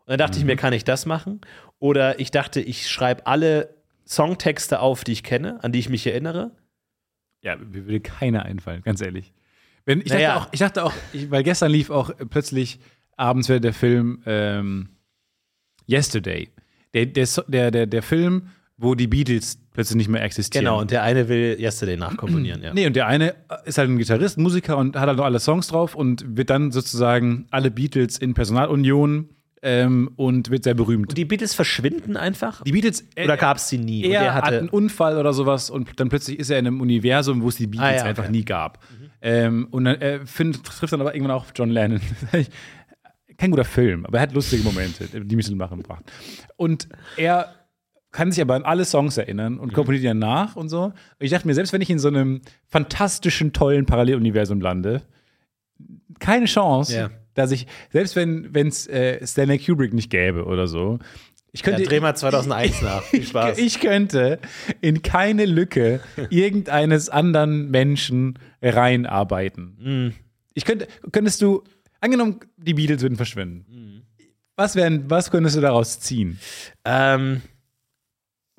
Und dann dachte ich mir, kann ich das machen? Oder ich dachte, ich schreibe alle Songtexte auf, die ich kenne, an die ich mich erinnere. Ja, mir würde keiner einfallen, ganz ehrlich. Wenn, ich, dachte Naja. auch, ich dachte auch, ich, weil gestern lief auch äh, plötzlich abends wieder der Film ähm, Yesterday. Der, der, So- der, der, der Film, wo die Beatles plötzlich nicht mehr existieren. Genau, und der eine will Yesterday nachkomponieren, ja. Nee, und der eine ist halt ein Gitarrist, Musiker und hat halt noch alle Songs drauf und wird dann sozusagen alle Beatles in Personalunion ähm, und wird sehr berühmt. Und die Beatles verschwinden einfach? Die Beatles. äh, Oder gab es sie nie? Und er der hatte hat einen hatte, Unfall oder sowas und dann plötzlich ist er in einem Universum, wo es die Beatles Ah, ja, okay. Mhm. einfach nie gab. Ähm, und dann äh, find, trifft dann aber irgendwann auch John Lennon. Kein guter Film, aber er hat lustige Momente, die mich zum Lachen brachten. Und er kann sich aber an alle Songs erinnern Mhm. und komponiert die dann nach und so. Und ich dachte mir, selbst wenn ich in so einem fantastischen, tollen Paralleluniversum lande, keine Chance, Ja. dass ich, selbst wenn es äh, Stanley Kubrick nicht gäbe oder so, ich ja, könnte, dreh mal 2001 nach. Viel Spaß. ich könnte in keine Lücke irgendeines anderen Menschen reinarbeiten. Mhm. Ich könnte, könntest du, angenommen, die Beatles würden verschwinden. Mhm. Was, wären, was könntest du daraus ziehen? Ähm,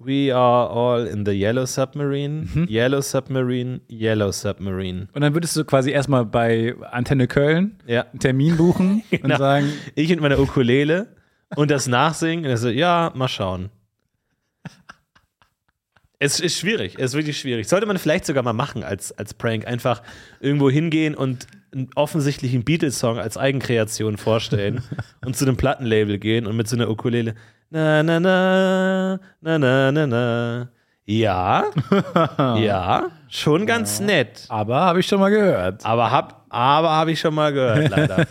we are all in the yellow submarine, yellow submarine, yellow submarine. Und dann würdest du quasi erstmal bei Antenne Köln Ja. Genau. einen Termin buchen und sagen, Ich und meine Ukulele und das Nachsingen. Und er so, ja, mal schauen. Es ist schwierig, es ist wirklich schwierig. Sollte man vielleicht sogar mal machen als, als Prank. Einfach irgendwo hingehen und einen offensichtlichen Beatles-Song als Eigenkreation vorstellen und zu einem Plattenlabel gehen und mit so einer Ukulele. Na, na, na, na, na, na, na. Ja, ja, schon ganz nett. aber habe ich schon mal gehört. Aber hab, aber habe ich schon mal gehört, leider.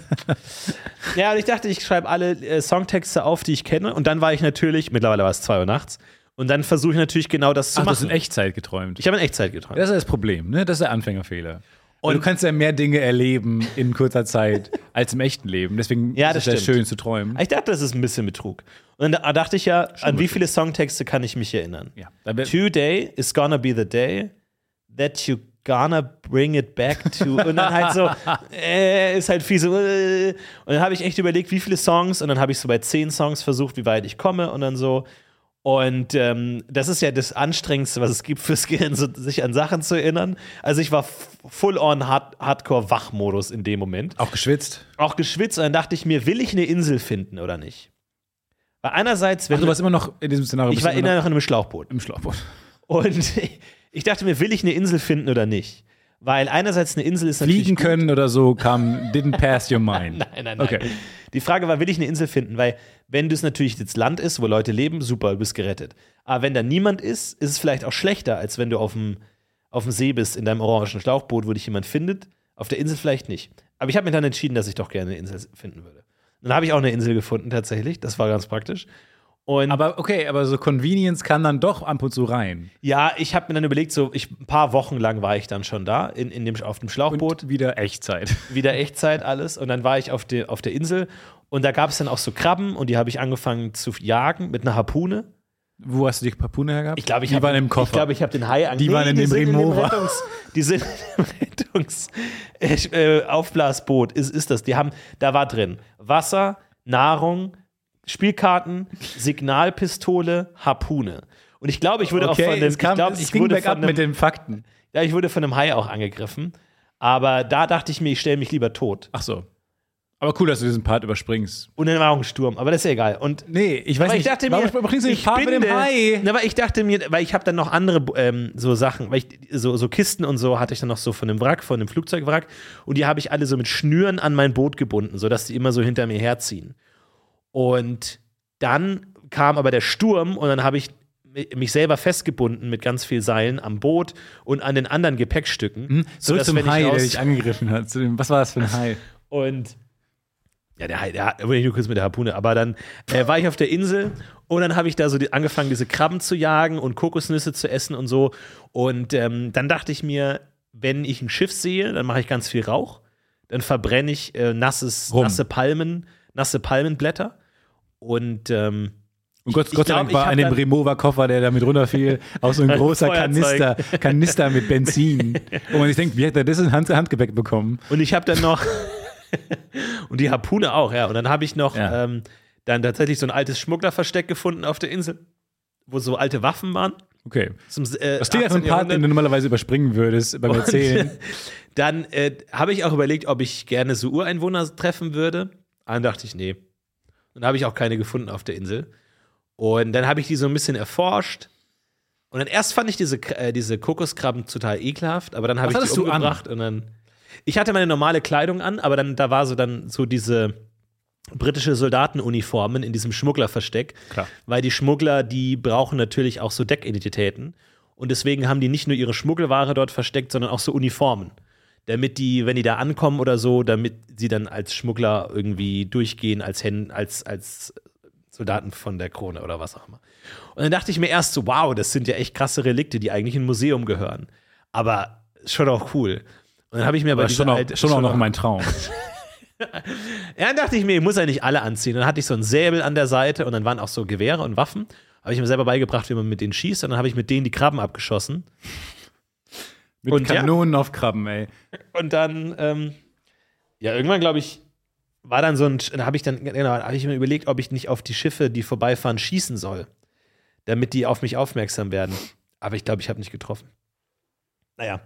ja, und ich dachte, ich schreibe alle äh, Songtexte auf, die ich kenne. Und dann war ich natürlich, mittlerweile war es 2 Uhr nachts, und dann versuche ich natürlich genau das zu Ach, du hast in machen. Echtzeit geträumt. ich habe in Echtzeit geträumt. Das ist das Problem, ne? Das ist der Anfängerfehler. Und du kannst ja mehr Dinge erleben in kurzer Zeit als im echten Leben. Deswegen Ja, ist das es ja stimmt. schön zu träumen. Ich dachte, das ist ein bisschen Betrug. Und da dachte ich ja, an wie viele Songtexte kann ich mich erinnern? Ja, da wär- Today is gonna be the day that you gonna bring it back to. Und dann halt so, äh, ist halt viel so. Äh. Und dann habe ich echt überlegt, wie viele Songs. Und dann habe ich so bei zehn Songs versucht, wie weit ich komme. Und dann so. Und ähm, das ist ja das Anstrengendste, was es gibt fürs Gehirn, so, sich an Sachen zu erinnern. Also ich war f- full on hard Hardcore-Wachmodus in dem Moment Auch geschwitzt. auch geschwitzt und dann dachte ich mir, will ich eine Insel finden oder nicht? Weil einerseits, wenn Also du du, warst immer noch in diesem Szenario. ich bist war du immer immer noch noch in einem Schlauchboot im Schlauchboot. und ich dachte mir, will ich eine Insel finden oder nicht? Weil einerseits eine Insel ist natürlich Fliegen können oder so kam, didn't pass your mind. Nein, nein, nein. Okay. Die Frage war, will ich eine Insel finden? Weil, wenn das natürlich jetzt Land ist, wo Leute leben, super, du bist gerettet. Aber wenn da niemand ist, ist es vielleicht auch schlechter, als wenn du auf dem, auf dem See bist, in deinem orangen Schlauchboot, wo dich jemand findet. Auf der Insel vielleicht nicht. Aber ich habe mir dann entschieden, dass ich doch gerne eine Insel finden würde. Dann habe ich auch eine Insel gefunden, tatsächlich. Das war ganz praktisch. Und Aber okay, aber so Convenience kann dann doch ab und zu rein. ja, ich habe mir dann überlegt, so ich, ein paar Wochen lang war ich dann schon da, in, in dem, auf dem Und Schlauchboot. wieder Echtzeit. wieder Echtzeit alles. Und dann war ich auf, der auf der Insel und da gab es dann auch so Krabben und die habe ich angefangen zu jagen mit einer Harpune. Wo hast du die Papune hergehabt? Ich glaube, ich die habe waren im Koffer. Ich glaube, ich habe den Hai angefangen. Die waren in dem Remover. Die sind im Rettungs äh, Aufblasboot. Ist, ist das? Die haben, da war drin Wasser, Nahrung, Spielkarten, Signalpistole, Harpune. Und ich glaube, ich wurde okay, auch von dem, es, kam, ich glaube, es ich ging wurde back von up einem, mit den Fakten. ja, ich wurde von einem Hai auch angegriffen. Aber da dachte ich mir, ich stelle mich lieber tot. Ach so. Aber cool, dass du diesen Part überspringst. Und dann war auch ein Sturm, aber das ist ja egal. Und Nee, ich weiß aber nicht. ich dachte warum mir, überspringst du den ich Part mit dem binde- Hai? Na, aber ich dachte mir, weil ich habe dann noch andere ähm, so Sachen, weil ich so, so Kisten und so hatte ich dann noch so von dem Wrack, von dem Flugzeugwrack und die habe ich alle so mit Schnüren an mein Boot gebunden, sodass die immer so hinter mir herziehen. Und dann kam aber der Sturm und dann habe ich mi- mich selber festgebunden mit ganz viel Seilen am Boot und an den anderen Gepäckstücken. Hm, Zurück sodass, wenn zum ich Hai, der raus- dich angegriffen hat. Zu dem, was war das für ein Hai? und ja, der, Hai- der Hai- wurde nicht nur kurz mit der Harpune, aber dann äh, war ich auf der Insel und dann habe ich da so die, angefangen, diese Krabben zu jagen und Kokosnüsse zu essen und so. Und ähm, dann dachte ich mir, wenn ich ein Schiff sehe, dann mache ich ganz viel Rauch, dann verbrenne ich äh, nasses, Rum. nasse Palmen, nasse Palmenblätter und ähm, Und Gott, ich Gott sei glaub, Dank ich war hab an dem dann- Remover-Koffer, der damit runterfiel, auch so ein großer Feuerzeug. Kanister, Kanister mit Benzin. Wo man sich denkt, wie hat er das in Hand, Handgepäck bekommen? Und ich habe dann noch. und die Harpune auch, ja. Und dann habe ich noch Ja. ähm, dann tatsächlich so ein altes Schmugglerversteck gefunden auf der Insel, wo so alte Waffen waren. Okay. Zum, äh, Das klingt 18. nach einem Part, den du Jahrhundert. normalerweise überspringen würdest beim Und, Erzählen. Dann äh, habe ich auch überlegt, ob ich gerne so Ureinwohner treffen würde. Dann dachte ich, nee. Dann habe ich auch keine gefunden auf der Insel. Und dann habe ich die so ein bisschen erforscht. Und dann erst fand ich diese, K- äh, diese Kokoskrabben total ekelhaft, aber dann habe Was ich die hattest du an? umgebracht und dann. Ich hatte meine normale Kleidung an, aber dann da war so dann so diese britische Soldatenuniformen in diesem Schmugglerversteck. Klar. Weil die Schmuggler, die brauchen natürlich auch so Deckidentitäten. Und deswegen haben die nicht nur ihre Schmuggelware dort versteckt, sondern auch so Uniformen. Damit die, wenn die da ankommen oder so, damit sie dann als Schmuggler irgendwie durchgehen, als, Hen als, als Soldaten von der Krone oder was auch immer. Und dann dachte ich mir erst so, wow, das sind ja echt krasse Relikte, die eigentlich in ein Museum gehören. Aber schon auch cool. Und dann habe ich mir aber, Aber diese schon, auch, alte- schon auch noch mein Traum. ja, dann dachte ich mir, ich muss ja nicht alle anziehen. Dann hatte ich so einen Säbel an der Seite und dann waren auch so Gewehre und Waffen. Habe ich mir selber beigebracht, wie man mit denen schießt. Und dann habe ich mit denen die Krabben abgeschossen. Mit Und ja. Kanonen auf Krabben, ey. Und dann, ähm, ja, irgendwann, glaube ich, war dann so ein, da habe ich dann, genau, habe ich mir überlegt, ob ich nicht auf die Schiffe, die vorbeifahren, schießen soll, damit die auf mich aufmerksam werden. Aber ich glaube, ich habe nicht getroffen. Naja.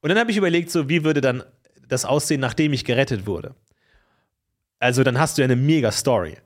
Und dann habe ich überlegt, so, wie würde dann das aussehen, nachdem ich gerettet wurde? Also, dann hast du ja eine mega Story.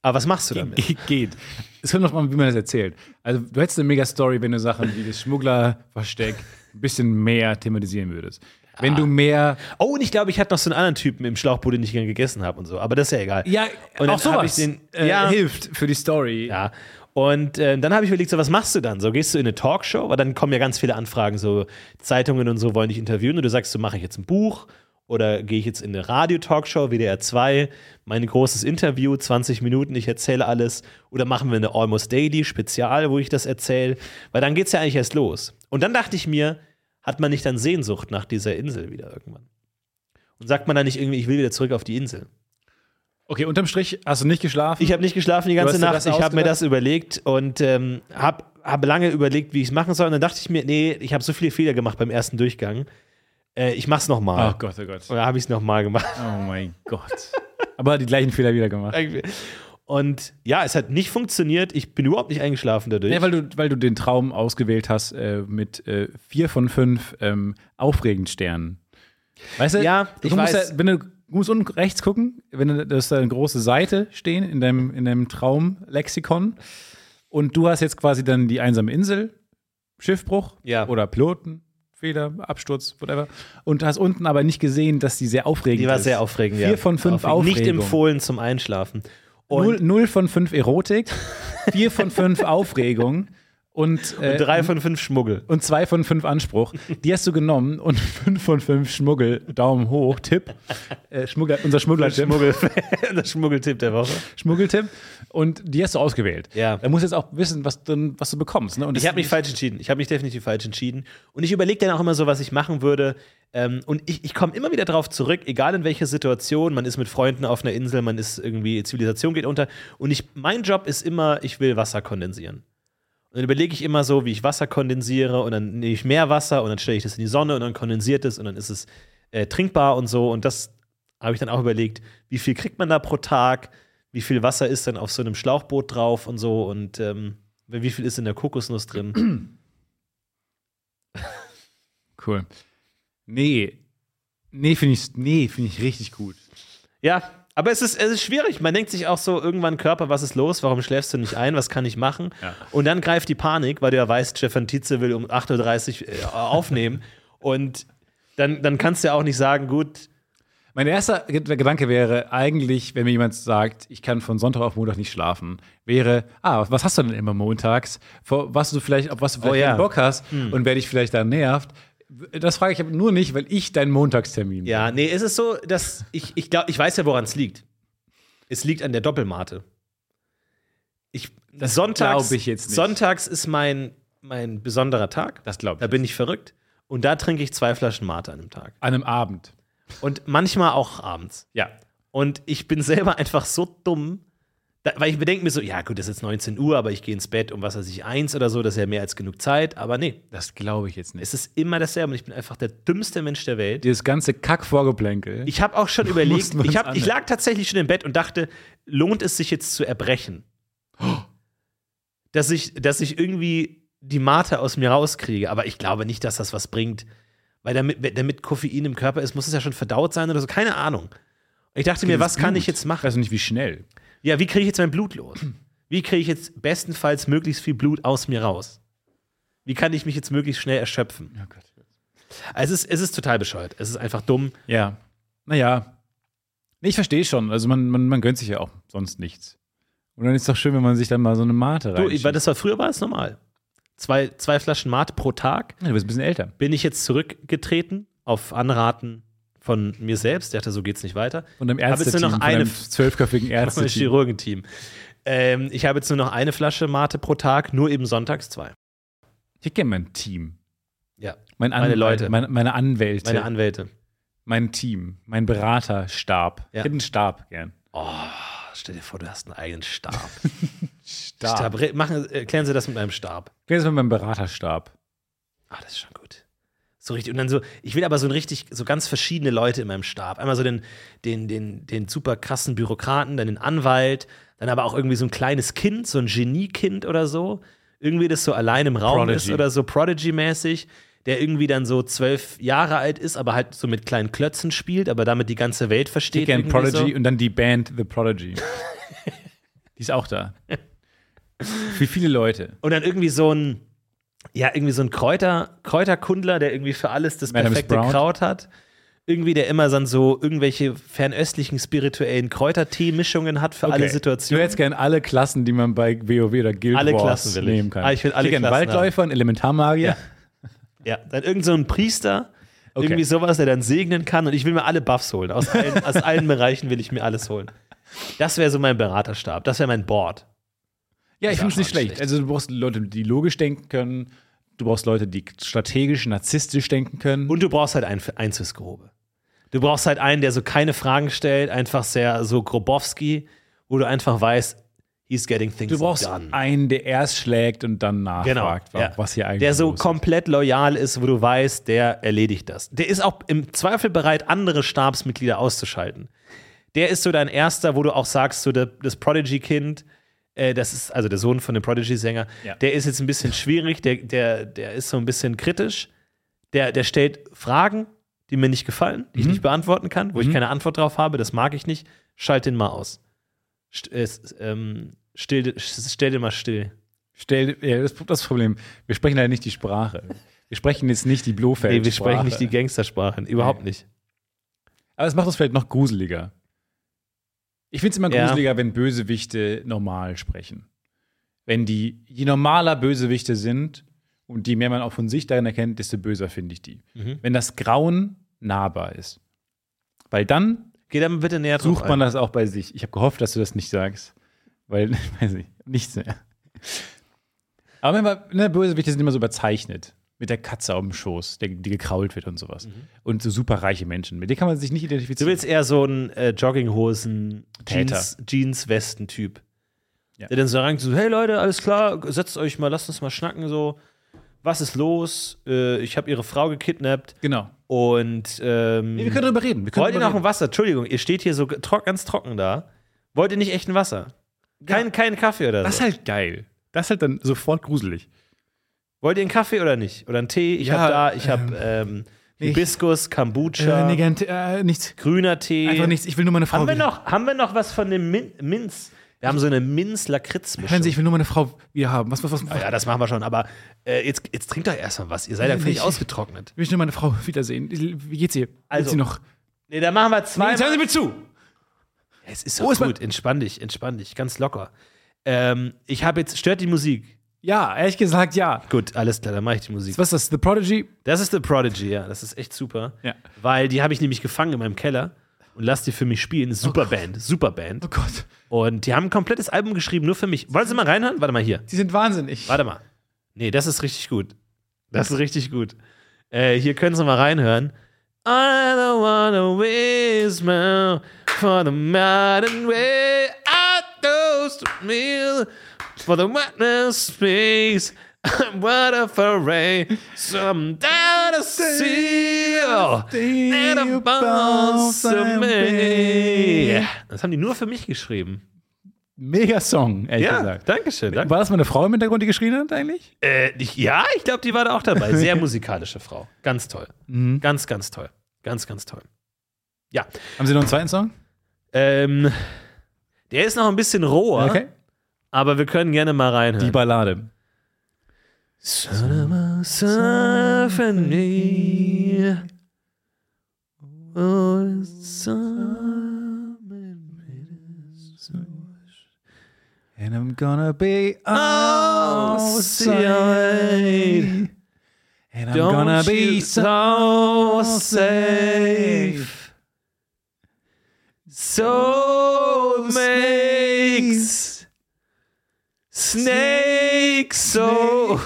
Aber was machst du damit? Ge geht. Es kommt noch mal, wie man das erzählt. Also, du hättest eine mega Story, wenn du Sachen wie das Schmugglerversteck ein bisschen mehr thematisieren würdest. Wenn du mehr. Oh, und ich glaube, ich hatte noch so einen anderen Typen im Schlauchboot, den ich gern gegessen habe und so. Aber das ist ja egal. und auch dann hab sowas Ich den, äh, ja, hilft für die Story. ja. Und äh, dann habe ich überlegt, so, was machst du dann? So, gehst du in eine Talkshow? Weil dann kommen ja ganz viele Anfragen, so Zeitungen und so wollen dich interviewen. Und du sagst, so, mache ich jetzt ein Buch oder gehe ich jetzt in eine Radio-Talkshow, WDR 2, mein großes Interview, 20 Minuten, ich erzähle alles. Oder machen wir eine Almost Daily Spezial, wo ich das erzähle. Weil dann geht es ja eigentlich erst los. Und dann dachte ich mir, hat man nicht dann Sehnsucht nach dieser Insel wieder irgendwann? Und sagt man dann nicht irgendwie, ich will wieder zurück auf die Insel? Okay, unterm Strich hast du nicht geschlafen. Ich habe nicht geschlafen die hast ganze dir Nacht. das Ich habe mir ausgedacht? das überlegt und ähm, habe hab lange überlegt, wie ich es machen soll. Und dann dachte ich mir, nee, ich habe so viele Fehler gemacht beim ersten Durchgang. Äh, ich mach's oh nochmal. Gott, oh Gott. Und dann habe ich es nochmal gemacht. Oh mein Gott. Aber die gleichen Fehler wieder gemacht. Und ja, es hat nicht funktioniert. Ich bin überhaupt nicht eingeschlafen dadurch. Ja, weil du, weil du den Traum ausgewählt hast äh, mit äh, vier von fünf ähm, aufregend Sternen. Weißt du, Ja, du ich musst weiß. Ja, wenn du du musst unten rechts gucken, wenn du, da ist da eine große Seite stehen in deinem, in deinem Traumlexikon und du hast jetzt quasi dann die einsame Insel, Schiffbruch Ja. oder Piloten, Fehler, Absturz, whatever. Und hast unten aber nicht gesehen, dass die sehr aufregend ist. Die war sehr aufregend, Vier ja. von fünf Aufregend. Nicht Aufregung. empfohlen zum Einschlafen. Und Null, null von fünf Erotik, vier von fünf Aufregung und, äh, drei von fünf Schmuggel. und zwei von fünf Anspruch. Die hast du genommen und fünf von fünf Schmuggel. Daumen hoch, Tipp. Äh, Schmuggler, unser Schmuggler-Tipp. Schmuggel, der Schmuggeltipp der Woche. Schmuggeltipp. Und die hast du ausgewählt. Ja. Da musst du jetzt auch wissen, was, drin, was du bekommst. Ne? Und das- Ich habe mich falsch entschieden. Ich habe mich definitiv falsch entschieden. Und ich überlege dann auch immer so, was ich machen würde. Ähm, und ich, ich komme immer wieder drauf zurück, egal in welcher Situation. Man ist mit Freunden auf einer Insel, man ist irgendwie, Zivilisation geht unter. Und ich, mein Job ist immer, ich will Wasser kondensieren. Und dann überlege ich immer so, wie ich Wasser kondensiere. Und dann nehme ich mehr Wasser und dann stelle ich das in die Sonne und dann kondensiert es und dann ist es äh, trinkbar und so. Und das habe ich dann auch überlegt, wie viel kriegt man da pro Tag? Wie viel Wasser ist dann auf so einem Schlauchboot drauf und so? Und ähm, wie viel ist in der Kokosnuss drin? Cool. Nee. Nee, finde ich, nee, find ich richtig gut. Ja, aber es ist, es ist schwierig. Man denkt sich auch so irgendwann, Körper, was ist los? Warum schläfst du nicht ein? Was kann ich machen? Ja. Und dann greift die Panik, weil du ja weißt, Stefan Tietze will um 8.30 Uhr äh, aufnehmen. Und dann, dann kannst du ja auch nicht sagen, gut, Mein erster Ged- Gedanke wäre eigentlich, wenn mir jemand sagt, ich kann von Sonntag auf Montag nicht schlafen, wäre, ah, was hast du denn immer montags? Vor was du vielleicht, auf was du vielleicht Oh ja. keinen Bock hast und wer dich vielleicht da nervt. Das frage ich aber nur nicht, weil ich deinen Montagstermin ja, nee, es ist so, dass ich, ich glaube, ich weiß ja, woran es liegt. Es liegt an der Doppelmate. Ich, sonntags, glaub ich jetzt nicht. sonntags ist mein, mein besonderer Tag. Das glaub ich Da bin ich verrückt. Und da trinke ich zwei Flaschen Mate an einem Tag. an einem Abend. Und manchmal auch abends. Ja. Und ich bin selber einfach so dumm, da, weil ich bedenke mir so, ja gut, es ist jetzt 19 Uhr, aber ich gehe ins Bett um was weiß ich, eins oder so, das ist ja mehr als genug Zeit. Aber nee, Das glaube ich jetzt nicht. es ist immer dasselbe und ich bin einfach der dümmste Mensch der Welt. Dieses ganze Kack-Vorgeplänkel. Ich habe auch schon überlegt, Mussten wir ich, uns hab, ich anhören. lag tatsächlich schon im Bett und dachte, lohnt es sich jetzt zu erbrechen? Dass ich, dass ich irgendwie die Mate aus mir rauskriege, aber ich glaube nicht, dass das was bringt. Weil damit, damit Koffein im Körper ist, muss es ja schon verdaut sein oder so, keine Ahnung. Ich dachte mir, was kann ich jetzt machen? Ich weiß noch nicht, wie schnell. Ja, wie kriege ich jetzt mein Blut los? Wie kriege ich jetzt bestenfalls möglichst viel Blut aus mir raus? Wie kann ich mich jetzt möglichst schnell erschöpfen? Also Oh Gott. Es ist, es ist total bescheuert. Es ist einfach dumm. Ja. Naja. Nee, Ich verstehe schon. Also man, man, man gönnt sich ja auch sonst nichts. Und dann ist es doch schön, wenn man sich dann mal so eine Mate Du, rein. ich- weil das war früher war es normal. Zwei, zwei Flaschen Mate pro Tag du bist ein bisschen älter. bin ich jetzt zurückgetreten auf Anraten von mir selbst. Der dachte, so geht's nicht weiter. Und im Aber es ist nur Ärzteteam, noch von eine- einem zwölfköpfigen Vom Ärzteteam. Chirurgenteam. Ähm, ich habe jetzt nur noch eine Flasche Mate pro Tag, nur eben sonntags zwei. Ich kenne mein Team. Ja, Mein An Meine Leute. Meine, meine Anwälte. meine Anwälte. mein Team. Mein Beraterstab. Ich Ja. hätte einen Stab gern. Oh, stell dir vor, du hast einen eigenen Stab. Stab. Re- Machen, erklären Sie das mit einem Stab. Klär das mal mit meinem Beraterstab. Ah, das ist schon gut. So richtig. Und dann so, ich will aber so ein richtig, so ganz verschiedene Leute in meinem Stab. Einmal so den, den, den, den super krassen Bürokraten, dann den Anwalt, dann aber auch irgendwie so ein kleines Kind, so ein Geniekind oder so. Irgendwie das so allein im Raum Prodigy. ist oder so Prodigy-mäßig, der irgendwie dann so zwölf Jahre alt ist, aber halt so mit kleinen Klötzen spielt, aber damit die ganze Welt Ich versteht. gern irgendwie Prodigy So. und dann die Band The Prodigy. die ist auch da. Für viele Leute. Und dann irgendwie so ein, ja, irgendwie so ein Kräuter, Kräuterkundler, der irgendwie für alles das Madame perfekte Sprout. Kraut hat. Irgendwie, der immer dann so irgendwelche fernöstlichen spirituellen Kräutertee-Mischungen hat für alle Okay. Situationen. Du hättest gern alle Klassen, die man bei WoW oder Guild Alle Wars Klassen will ich. nehmen kann. Ah, ich will alle hätte gern Klassen Waldläufer, einen Elementarmagier. Ja. Ja, dann irgend so ein Priester, Okay. irgendwie sowas, der dann segnen kann. Und ich will mir alle Buffs holen. Aus allen, aus allen Bereichen will ich mir alles holen. Das wäre so mein Beraterstab. Das wäre mein Board. Ja, ich Ist finde es auch nicht nicht schlecht. schlecht. Also du brauchst Leute, die logisch denken können. Du brauchst Leute, die strategisch, narzisstisch denken können. Und du brauchst halt einen für- eins fürs Grobe. Du brauchst halt einen, der so keine Fragen stellt, einfach sehr so Grobowski, wo du einfach weißt, he's getting things du brauchst done. einen, der erst schlägt und dann Genau. nachfragt, wa- ja. was hier eigentlich Der so los ist. komplett loyal ist, wo du weißt, der erledigt das. Der ist auch im Zweifel bereit, andere Stabsmitglieder auszuschalten. Der ist so dein erster, wo du auch sagst, so der, das Prodigy-Kind, äh, das ist also der Sohn von dem Prodigy-Sänger, Ja. der ist jetzt ein bisschen schwierig, der, der, der ist so ein bisschen kritisch. Der, der stellt Fragen, die mir nicht gefallen, Mhm. die ich nicht beantworten kann, wo ich keine Antwort drauf habe, das mag ich nicht. Schalt den mal aus. St äh, s- ähm, still, stell den mal still. Stell, ja, das, das ist das Problem. Wir sprechen halt nicht die Sprache. Wir sprechen jetzt nicht die blofeld Nee, wir sprechen nicht die Gangstersprachen. Überhaupt nicht. Aber es macht uns vielleicht noch gruseliger. Ich finde es immer Ja. gruseliger, wenn Bösewichte normal sprechen. Wenn die, je normaler Bösewichte sind und die mehr man auch von sich darin erkennt, desto böser finde ich die. Mhm. Wenn das Grauen nahbar ist. Weil dann Geh dann bitte näher drauf sucht man ein. das auch bei sich. Ich habe gehofft, dass du das nicht sagst. Weil, weiß ich, nichts mehr. Aber wenn man, ne, Bösewichte sind immer so überzeichnet. Mit der Katze auf dem Schoß, der, die gekrault wird und sowas. Und so super reiche Menschen. Mit denen kann man sich nicht Mhm. Du identifizieren. willst eher so einen äh, Jogginghosen, Täter. Jeans, Jeans-Westen-Typ. Ja. Der dann so rankt, so, hey Leute, alles klar, setzt euch mal, lasst uns mal schnacken, so. Was ist los? Äh, ich habe ihre Frau gekidnappt Genau. und ähm, Nee, wir können darüber reden. Wir können wollt ihr drüber noch ein Wasser? Entschuldigung, ihr steht hier so trock, ganz trocken da. Wollt ihr nicht echt ein Wasser? Kein, kein Kaffee oder so. Das ist halt geil. Das ist halt dann sofort gruselig. Wollt ihr einen Kaffee oder nicht? Oder einen Tee? Ich Ja, habe da, ich habe ähm, Hibiskus, Äh, Kombucha, nichts. grüner Tee. Ich will nur meine Frau. Haben wir, noch, haben wir noch was von dem Min Minz? Wir haben so eine Minz-Lakritz-Mischung. Ah ich will nur meine Frau wieder haben. Was, was, was? Ja, das machen wir schon, aber äh, jetzt, jetzt trinkt doch erstmal was. Ihr seid ja Nee, völlig nicht. ausgetrocknet. will ich nur meine Frau wiedersehen. Wie geht's ihr? Also, sie noch? Nee, da machen wir zwei. hören Sie mir zu! es ist doch Oh, ist gut. Entspann dich, entspann dich, ganz locker. Ähm, ich habe jetzt, stört die Musik. Ja, ehrlich gesagt, ja. Gut, alles klar, dann mache ich die Musik. Was ist das? The Prodigy? Das ist The Prodigy, ja. Das ist echt super. Ja. Weil die habe ich nämlich gefangen in meinem Keller und lass die für mich spielen. Superband, Superband. Oh Gott, Und die haben ein komplettes Album geschrieben, nur für mich. Wollen Sie mal reinhören? Warte mal hier. die sind wahnsinnig. Warte mal. Nee, das ist richtig gut. Das ist richtig gut. Äh, hier können Sie mal reinhören. I don't wanna waste my for the modern way. I toast a meal for the wetness space. What a foray. Some down to seal. And a bounce to me. Das haben die nur für mich geschrieben. Mega Song, ehrlich Ja, gesagt. Dankeschön. Danke. War das meine Frau im Hintergrund, die geschrien hat eigentlich? Äh, ich, ja, ich glaube, die war da auch dabei. Sehr musikalische Frau. Ganz toll. Mhm. Ganz, ganz toll. Ganz, ganz toll. Ja. Haben Sie noch einen zweiten Song? Ähm, der ist noch ein bisschen roher, aber wir können gerne mal Die reinhören. Ballade. Summer, symphony. Oh, summer, And I'm gonna be outside. outside. And I'm gonna be so so safe. So makes snakes so.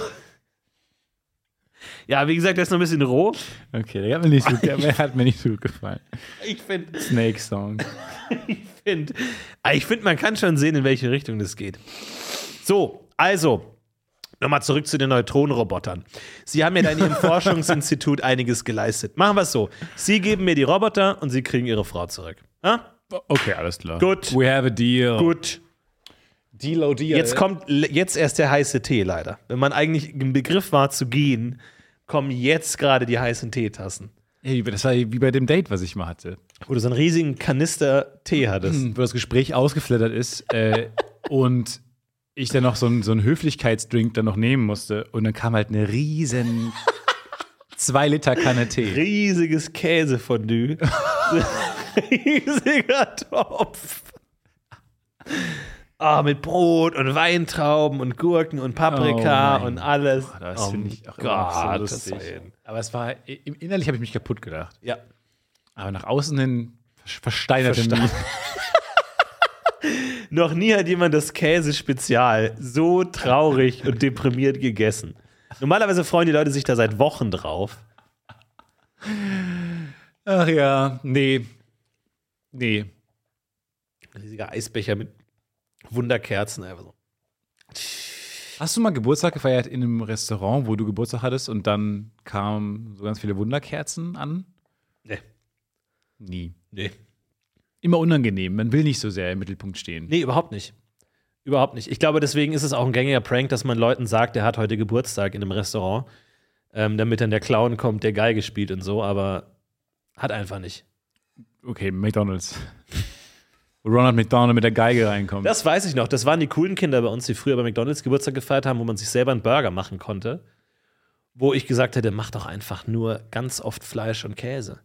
Ja, wie gesagt, der ist noch ein bisschen roh. Okay, der hat mir nicht so, der hat mir nicht so gut gefallen. Ich finde, Snake Song. find, Ah, ich find, man kann schon sehen, in welche Richtung das geht. So, also. Nochmal zurück zu den Neutronenrobotern. Sie haben ja da in Ihrem Forschungsinstitut einiges geleistet. Machen wir es so. Sie geben mir die Roboter und Sie kriegen Ihre Frau zurück. Ja? Okay, alles klar. Gut. We have a deal. Gut. Deal, oh deal. Jetzt kommt le- jetzt erst der heiße Tee leider. Wenn man eigentlich im Begriff war zu gehen, kommen jetzt gerade die heißen Teetassen. Ey, das war wie bei dem Date, was ich mal hatte. Wo du so einen riesigen Kanister Tee hattest. Wo das Gespräch ausgeflattert ist äh, und ich dann noch so einen, so einen Höflichkeitsdrink dann noch nehmen musste und dann kam halt eine riesen 2 Liter Kanne Tee. Riesiges Käsefondue. Riesiger Topf. Ah, mit Brot und Weintrauben und Gurken und Paprika Oh mein und alles. Oh Boah, Das finde ich auch immer Gott, so lustig. Willen. Um Aber es war, im innerlich habe ich mich kaputt gedacht. Ja. Aber nach außen hin versch- versteinerte Verste- mich. Noch nie hat jemand das Käsespezial so traurig und deprimiert gegessen. Normalerweise freuen die Leute sich da seit Wochen drauf. Ach ja, nee. Nee. Riesiger Eisbecher mit Wunderkerzen. Einfach so. Hast du mal Geburtstag gefeiert in einem Restaurant, wo du Geburtstag hattest und dann kamen so ganz viele Wunderkerzen an? Nee, Nie. nee. Immer unangenehm. Man will nicht so sehr im Mittelpunkt stehen. Nee, überhaupt nicht. Überhaupt nicht. Ich glaube, deswegen ist es auch ein gängiger Prank, dass man Leuten sagt, der hat heute Geburtstag in einem Restaurant, ähm, damit dann der Clown kommt, der Geige spielt und so, aber hat einfach nicht. Okay, McDonalds. Wo Ronald McDonald mit der Geige reinkommt. Das weiß ich noch. Das waren die coolen Kinder bei uns, die früher bei McDonalds Geburtstag gefeiert haben, wo man sich selber einen Burger machen konnte. wo ich gesagt hätte, mach doch einfach nur ganz oft Fleisch und Käse.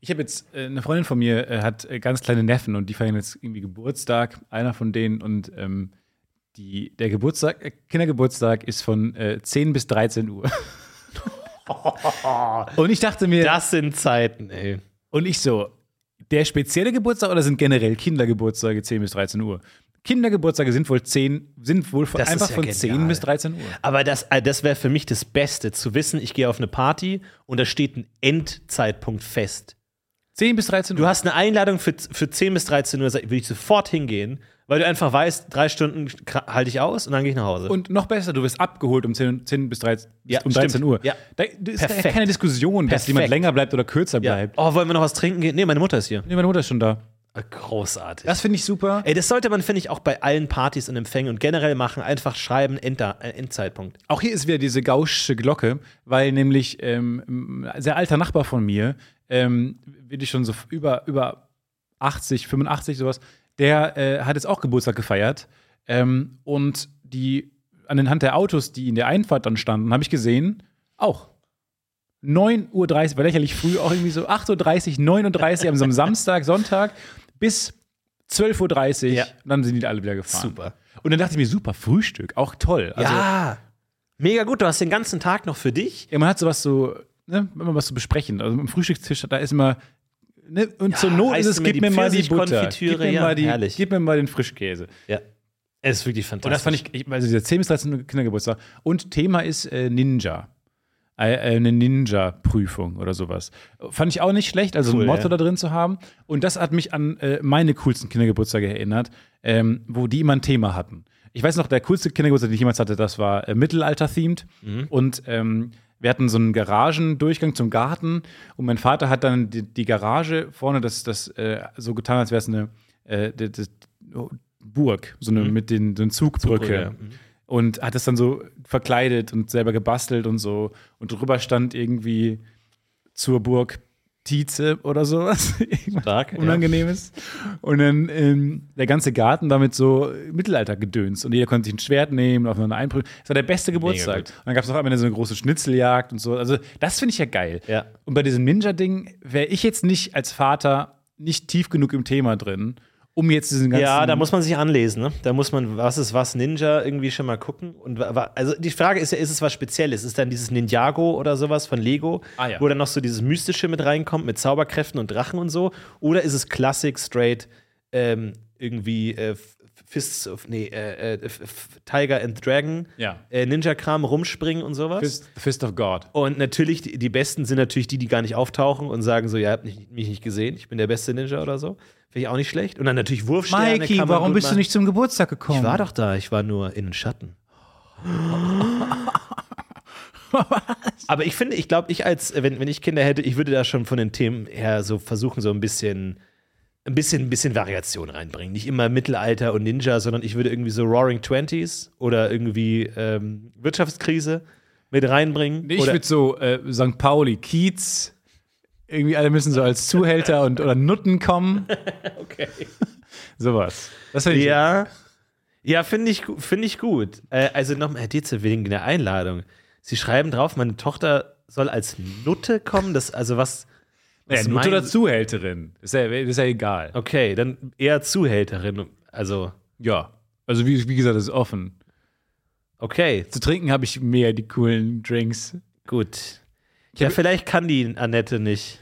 Ich habe jetzt, äh, eine Freundin von mir äh, hat äh, ganz kleine Neffen und die feiern jetzt irgendwie Geburtstag, einer von denen. Und ähm, die, der Geburtstag, äh, Kindergeburtstag ist von äh, 10 bis 13 Uhr. und ich dachte mir, Das sind Zeiten, ey. und ich so, der spezielle Geburtstag oder sind generell Kindergeburtstage 10 bis 13 Uhr? Kindergeburtstage sind wohl 10, sind wohl von, Das ist einfach ja von genial. 10 bis 13 Uhr. Aber das, äh, das wäre für mich das Beste, zu wissen, ich gehe auf eine Party und da steht ein Endzeitpunkt fest. 10 bis 13 Uhr. Du hast eine Einladung für, für 10 bis 13 Uhr, würde ich sofort hingehen, weil du einfach weißt, drei Stunden kra- halte ich aus und dann gehe ich nach Hause. Und noch besser, du wirst abgeholt um 10, 10 bis 13, Ja, um 13 stimmt. Uhr. Ja. Da, da ist Perfekt. Perfekt. keine Diskussion, dass Perfekt. jemand länger bleibt oder kürzer ja. bleibt. Oh, wollen wir noch was trinken gehen? Nee, meine Mutter ist hier. Nee, meine Mutter ist schon da. Ah, Großartig. Das finde ich super. Ey, das sollte man, finde ich, auch bei allen Partys und Empfängen und generell machen. Einfach schreiben, Enter, äh, Endzeitpunkt. Auch hier ist wieder diese gaussche Glocke, weil nämlich ähm, ein sehr alter Nachbar von mir, ähm, wirklich schon so über, über 80, 85 sowas, der äh, hat jetzt auch Geburtstag gefeiert. Ähm, und die, an den Hand der Autos, die in der Einfahrt dann standen, habe ich gesehen, auch 9.30 Uhr, war lächerlich früh, auch irgendwie so 8.30 Uhr, 9.30 Uhr am so einem Samstag, Sonntag bis 12.30 Uhr. Ja. Und dann sind die alle wieder gefahren. Super. Und dann dachte ich mir, super, Frühstück, auch toll. Also, ja. Mega gut, du hast den ganzen Tag noch für dich. ja, man hat sowas so, ne, immer was zu besprechen. Also am Frühstückstisch, da ist immer, ne, und zur Not reißt ist es, mir gib die mir mal die Butter. Pfirsichkonfitüre, Gib mir, ja, mal die, herrlich. gib mir mal den Frischkäse. Ja. Es ist wirklich Und fantastisch. das fand ich, ich also dieser 10 bis 13 Uhr Kindergeburtstag. Und Thema ist äh, Ninja. Ei- äh, Eine Ninja-Prüfung oder sowas. Fand ich auch nicht schlecht, also Cool, ein Motto ja. da drin zu haben. Und das hat mich an äh, meine coolsten Kindergeburtstage erinnert, ähm, wo die immer ein Thema hatten. Ich weiß noch, der coolste Kindergeburtstag, den ich jemals hatte, das war äh, Mittelalter-themed. Mhm. Und ähm, wir hatten so einen Garagendurchgang zum Garten. Und mein Vater hat dann die, die Garage vorne, das, das äh, so getan, als wäre es eine äh, d- d- Burg, so eine Mhm. mit den, so eine Zugbrücke. Zugbrücke, ja. Mhm. Und hat es dann so verkleidet und selber gebastelt und so. Und drüber stand irgendwie zur Burg Tietze oder sowas. Irgendwas Stark, ja. Unangenehmes. Und dann ähm, der ganze Garten damit so Mittelaltergedöns. Und jeder konnte sich ein Schwert nehmen, aufeinander einprügeln. Das war der beste Geburtstag. gut. Und dann gab es noch einmal so eine große Schnitzeljagd und so. Also, das finde ich ja geil. Ja. Und bei diesem Ninja-Ding wäre ich jetzt nicht als Vater nicht tief genug im Thema drin, um jetzt diesen ganzen. Ja, da muss man sich anlesen, ne? Da muss man, was ist was, Ninja, irgendwie schon mal gucken. Und wa- wa- also die Frage ist ja, ist es was Spezielles? Ist dann dieses Ninjago oder sowas von Lego, Ah, ja. wo dann noch so dieses Mystische mit reinkommt, mit Zauberkräften und Drachen und so? Oder ist es Classic, straight, ähm, irgendwie äh, F- Fists of, nee, äh, äh, F- F- Tiger and Dragon, Ja. äh, Ninja-Kram rumspringen und sowas? Fist, Fist of God. Und natürlich, die, die Besten sind natürlich die, die gar nicht auftauchen und sagen so, ihr habt nicht, mich nicht gesehen, ich bin der beste Ninja oder so. Finde ich auch nicht schlecht. Und dann natürlich Wurfsterne. Mikey, kann man warum gut bist du machen. nicht zum Geburtstag gekommen? Ich war doch da, ich war nur in den Schatten. Aber ich finde, ich glaube, ich als, äh, wenn, wenn ich Kinder hätte, ich würde da schon von den Themen her so versuchen, so ein bisschen, ein bisschen, ein bisschen Variation reinbringen. Nicht immer Mittelalter und Ninja, sondern ich würde irgendwie so Roaring Twenties oder irgendwie ähm, Wirtschaftskrise mit reinbringen. Nee, Ich oder würde so äh, St. Pauli, Kiez, irgendwie alle müssen so als Zuhälter und oder Nutten kommen. okay. Sowas. Das finde ich. Ja. Ja, finde ich, gu- finde ich gut. Äh, also nochmal, Herr Dietze, wegen der Einladung. Sie schreiben drauf, meine Tochter soll als Nutte kommen. Das, also was. was Naja, Nutte meinen oder Sie? Zuhälterin. Ist ja, ist ja egal. Okay, dann eher Zuhälterin. Also, Ja. Also, wie, wie gesagt, das ist offen. okay, Zu trinken habe ich mehr die coolen Drinks. gut. Ja, vielleicht kann die Annette nicht.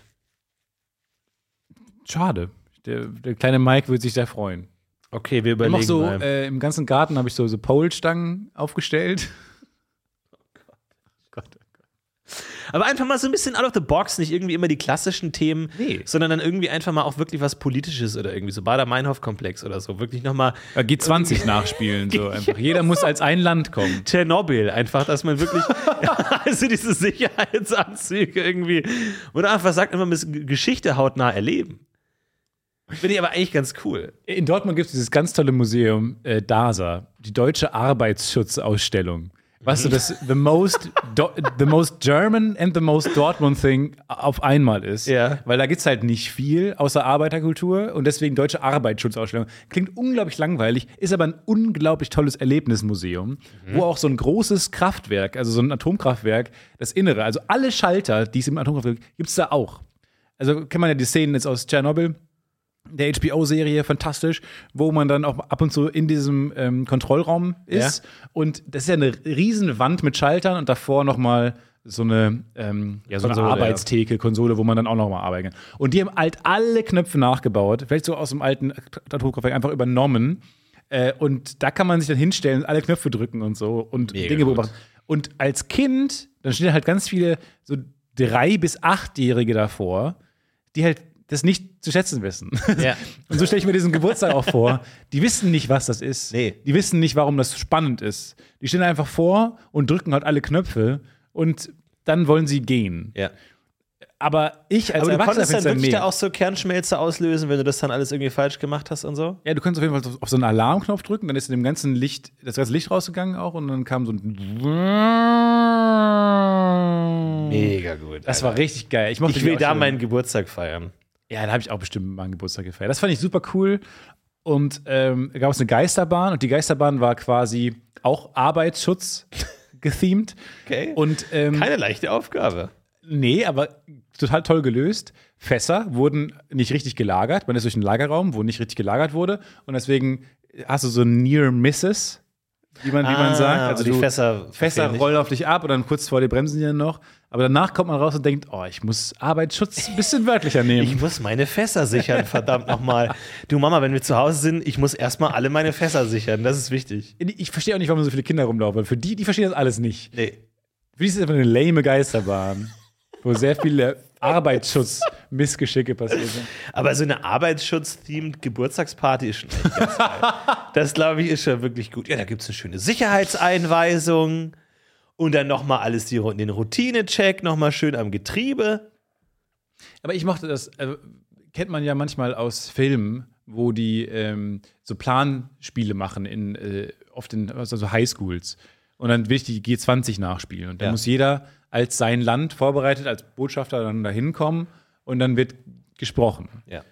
Schade. Der, der kleine Mike würde sich sehr freuen. Okay, wir Ich hab auch überlegen so, mal. äh, Im ganzen Garten habe ich so, so Pole-Stangen aufgestellt. Aber einfach mal so ein bisschen out of the box, nicht irgendwie immer die klassischen Themen, Nee. sondern dann irgendwie einfach mal auch wirklich was Politisches oder irgendwie so Bader-Meinhof-Komplex oder so. Wirklich nochmal Äh, G20 nachspielen. So einfach. Jeder muss als ein Land kommen. Tschernobyl, einfach, dass man wirklich, also diese Sicherheitsanzüge irgendwie, oder einfach sagt, man muss Geschichte hautnah erleben. Finde ich aber eigentlich ganz cool. In Dortmund gibt es dieses ganz tolle Museum, äh, DASA, die Deutsche Arbeitsschutzausstellung. Weißt du, das the most, Do the most German and the most Dortmund thing auf einmal ist. Ja. Weil da gibt's halt nicht viel außer Arbeiterkultur und deswegen deutsche Arbeitsschutzausstellung. Klingt unglaublich langweilig, ist aber ein unglaublich tolles Erlebnismuseum, wo auch so ein großes Kraftwerk, also so ein Atomkraftwerk, das Innere, also alle Schalter, die es im Atomkraftwerk gibt, gibt's da auch. Also kennt man ja die Szenen jetzt aus Tschernobyl der HBO-Serie fantastisch, wo man dann auch ab und zu in diesem ähm, Kontrollraum ist. Und das ist ja eine riesen Wand mit Schaltern und davor nochmal so eine, ähm, ja, so Konsole, eine Arbeitstheke, Konsole, wo man dann auch nochmal arbeiten kann. Und die haben halt alle Knöpfe nachgebaut, vielleicht so aus dem alten Atomkraftwerk einfach übernommen. Äh, und da kann man sich dann hinstellen, alle Knöpfe drücken und so und Mega Dinge gut. beobachten. Und als Kind, dann stehen halt ganz viele so drei- bis achtjährige davor, die halt das nicht zu schätzen wissen. Ja. Und so stelle ich mir diesen Geburtstag auch vor. Die wissen nicht, was das ist. Nee. Die wissen nicht, warum das spannend ist. Die stehen einfach vor und drücken halt alle Knöpfe und dann wollen sie gehen. ja. Aber ich als Aber du Erwachsener konntest dann finde es wirklich da mega. auch so Kernschmelze auslösen, wenn du das dann alles irgendwie falsch gemacht hast und so? Ja, du kannst auf jeden Fall auf- auf so einen Alarmknopf drücken, dann ist in dem ganzen Licht, das ganze Licht rausgegangen auch und dann kam so ein. Mega gut. Das war richtig geil. Ich, mochte ich die will da Ausstellung. meinen Geburtstag feiern. Ja, da habe ich auch bestimmt mal einen Geburtstag gefeiert. Das fand ich super cool. Und ähm, gab es eine Geisterbahn und die Geisterbahn war quasi auch Arbeitsschutz gethemed. Okay. Und ähm, Keine leichte Aufgabe. nee, aber total toll gelöst. Fässer wurden nicht richtig gelagert. Man ist durch einen Lagerraum, wo nicht richtig gelagert wurde. Und deswegen hast du so Near Misses, wie man, wie man sagt. Also die du- Fässer. Fässer verfehlen nicht. rollen auf dich ab und dann kurz vor dir bremsen die dann noch. Aber danach kommt man raus und denkt, oh, ich muss Arbeitsschutz ein bisschen wörtlicher nehmen. Ich muss meine Fässer sichern, verdammt nochmal. Du Mama, wenn wir zu Hause sind, ich muss erstmal alle meine Fässer sichern. Das ist wichtig. Ich verstehe auch nicht, warum so viele Kinder rumlaufen. Für die, die verstehen das alles nicht. Nee. Für die ist es einfach eine lame Geisterbahn, wo sehr viele Arbeitsschutzmissgeschicke passiert sind. Aber so eine Arbeitsschutz-themed Geburtstagsparty ist schon echt ganz geil. Das glaube ich ist schon wirklich gut. Ja, da gibt es eine schöne Sicherheitseinweisung und dann nochmal alles die, den Routine-Check, nochmal schön am Getriebe. Aber ich mochte das, äh, kennt man ja manchmal aus Filmen, wo die ähm, so Planspiele machen, in, äh, oft in also so Highschools. Und dann will ich die G20 nachspielen. Und dann Ja. muss jeder als sein Land vorbereitet, als Botschafter dann da hinkommen und dann wird gesprochen. Ja.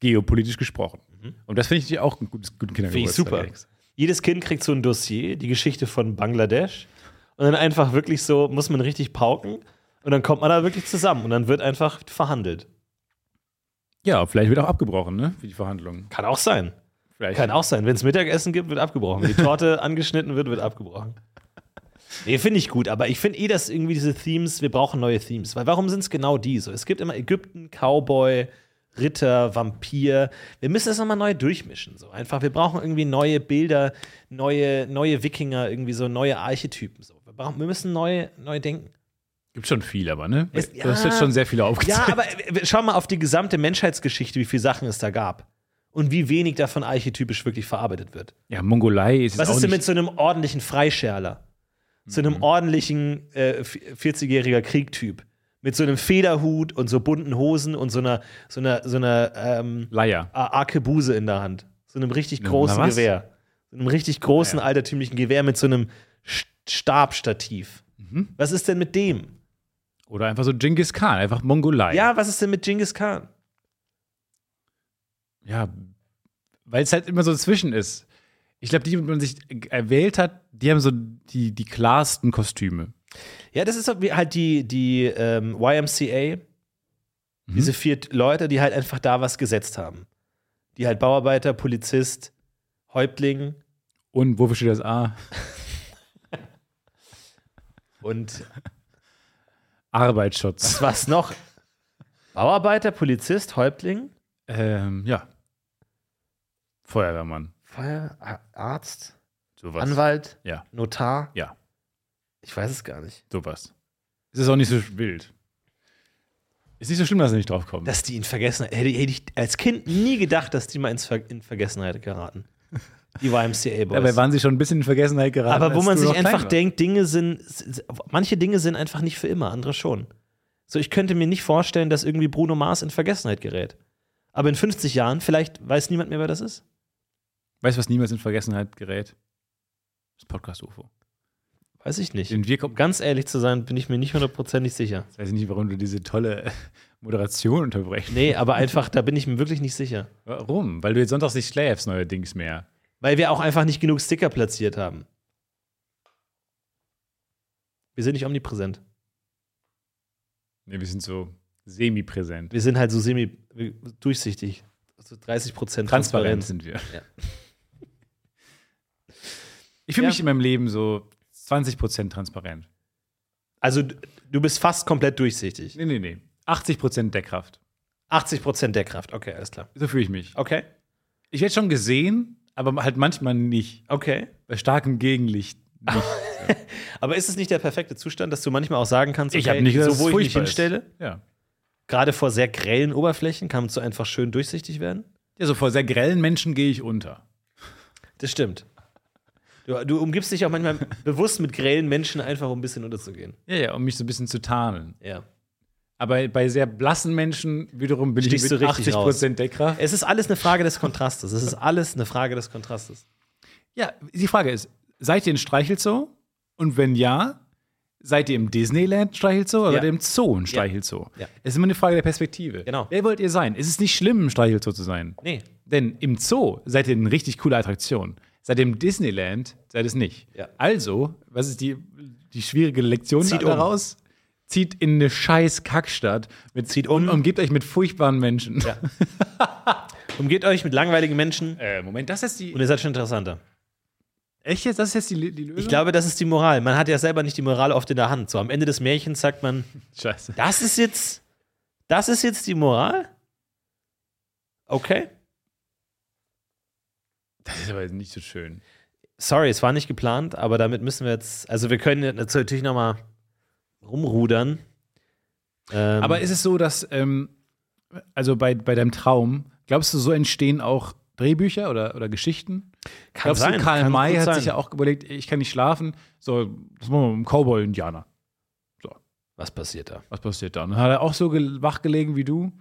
Geopolitisch gesprochen. Und das finde ich auch ein gutes, guten Kindergeburtstag. ehrlich gesagt. Jedes Kind kriegt so ein Dossier, die Geschichte von Bangladesch. Und dann einfach wirklich so, muss man richtig pauken. Und dann kommt man da wirklich zusammen und dann wird einfach verhandelt. Ja, vielleicht wird auch abgebrochen, ne? Für die Verhandlungen. Kann auch sein. Vielleicht. Kann auch sein. Wenn es Mittagessen gibt, wird abgebrochen. Wenn die Torte angeschnitten wird, wird abgebrochen. Nee, finde ich gut, aber ich finde eh, dass irgendwie diese Themes, wir brauchen neue Themes. Weil warum sind es genau die so? Es gibt immer Ägypten, Cowboy, Ritter, Vampir. Wir müssen das nochmal neu durchmischen. So einfach, wir brauchen irgendwie neue Bilder, neue, neue Wikinger, irgendwie so neue Archetypen. So. Wir, brauchen, wir müssen neu, neu denken. Gibt schon viel, aber, ne? Es- du hast ja. jetzt schon sehr viele Ja, aufgezeigt. aber äh, schau mal auf die gesamte Menschheitsgeschichte, wie viele Sachen es da gab. Und wie wenig davon archetypisch wirklich verarbeitet wird. Ja, Mongolei ist jetzt Was auch ist denn nicht Mhm. mit so einem ordentlichen Freischärler? So einem ordentlichen äh, vi- 40-jähriger Kriegtyp. Mit so einem Federhut und so bunten Hosen und so einer, so einer, so einer ähm, Leier. A- Arkebuse in der Hand. So einem richtig Na, großen was? Gewehr. So einem richtig großen altertümlichen Gewehr mit so einem Sch- Stabstativ. Was ist denn mit dem? Mhm. Oder einfach so Genghis Khan, einfach Mongolei. Ja, was ist denn mit Genghis Khan? ja weil es halt immer so dazwischen ist. Ich glaube, die, die man sich erwählt hat, die haben so die, die klarsten Kostüme. Ja, das ist halt die, die ähm, YMCA, Mhm. diese vier Leute, die halt einfach da was gesetzt haben. Die halt Bauarbeiter, Polizist, Häuptling Und wofür steht das Ah, A? und Arbeitsschutz. was noch? Bauarbeiter, Polizist, Häuptling, ähm, ja. Feuerwehrmann. Feuer, A- Arzt, Sowas. Anwalt, Ja, Notar. ja, Ich weiß es gar nicht. sowas. Es ist auch nicht so wild. Ist nicht so schlimm, dass er nicht drauf kommt. Dass die ihn vergessen hätte, hätte ich als Kind nie gedacht, dass die mal ins Ver in Vergessenheit geraten. Die YMCA-Boys. Dabei waren sie schon ein bisschen in Vergessenheit geraten. Aber wo als man du sich noch klein einfach warst. denkt, Dinge sind, s- s- manche Dinge sind einfach nicht für immer, andere schon. So, ich könnte mir nicht vorstellen, dass irgendwie Bruno Mars in Vergessenheit gerät. Aber in 50 Jahren, vielleicht weiß niemand mehr, wer das ist. Weißt du, was niemals in Vergessenheit gerät? Das Podcast-UFO. Weiß ich nicht. Den wir kommen. Um ganz ehrlich zu sein, bin ich mir nicht hundertprozentig sicher. Ich weiß nicht, warum du diese tolle Moderation unterbrechst. Nee, aber einfach, da bin ich mir wirklich nicht sicher. Warum? Weil du jetzt sonntags nicht schläfst, neuerdings mehr. Weil wir auch einfach nicht genug Sticker platziert haben. Wir sind nicht omnipräsent. Nee, wir sind so semi-präsent. Wir sind halt so semi durchsichtig. Also 30 Prozent Transparent sind wir. Ja. Ich fühle Ja. mich in meinem Leben so 20% transparent. Also d- du bist fast komplett durchsichtig. Nee, nee, nee. 80% Deckkraft. 80 Prozent der Kraft. Okay, alles klar. So fühle ich mich. Okay, Ich werde schon gesehen, aber halt manchmal nicht. okay. Bei starkem Gegenlicht. Nicht. Aber ist es nicht der perfekte Zustand, dass du manchmal auch sagen kannst, okay, hab gedacht, dass so wo ich es mich furchtbar ist. hinstelle, Ja. gerade vor sehr grellen Oberflächen kannst du einfach schön durchsichtig werden? ja, so vor sehr grellen Menschen gehe ich unter. Das stimmt. Du, du umgibst dich auch manchmal bewusst mit grellen Menschen, einfach um ein bisschen unterzugehen. Ja, ja, um mich so ein bisschen zu tarnen. Ja. Aber bei sehr blassen Menschen wiederum bin Stichst ich du mit richtig 80% Deckkraft. Es ist alles eine Frage des Kontrastes. Es ist alles eine Frage des Kontrastes. Ja, die Frage ist, seid ihr in Streichelzoo? Und wenn ja, seid ihr im Disneyland Streichelzoo oder Ja. seid ihr im Zoo in Streichelzoo? Ja. Es ist immer eine Frage der Perspektive. Genau. Wer wollt ihr sein? Es ist nicht schlimm, ein Streichelzoo zu sein. Nee. Denn im Zoo seid ihr eine richtig coole Attraktion. Seid ihr im Disneyland, seid es nicht. Ja. Also, was ist die, die schwierige Lektion Zieht um. daraus? Zieht in eine scheiß Kackstadt mit, Zieht um. und umgebt euch mit furchtbaren Menschen. Ja. Umgeht euch mit langweiligen Menschen Äh, Moment, das ist die. und ihr seid schon interessanter. Echt jetzt? Das ist jetzt die, die Lösung? Ich glaube, das ist die Moral. Man hat ja selber nicht die Moral oft in der Hand. So am Ende des Märchens sagt man, Scheiße. das ist jetzt, das ist jetzt die Moral? Okay. Das ist aber nicht so schön. Sorry, es war nicht geplant, aber damit müssen wir jetzt, also wir können jetzt natürlich nochmal rumrudern. Ähm, Aber ist es so, dass, ähm, also bei, bei deinem Traum, glaubst du, so entstehen auch Drehbücher oder, oder Geschichten? kann glaubst du, Karl kann May gut hat sein. sich ja auch überlegt, ich kann nicht schlafen, so, das machen wir mit dem Cowboy-Indianer. Was passiert da? Was passiert dann? Hat er auch so ge- wachgelegen wie du?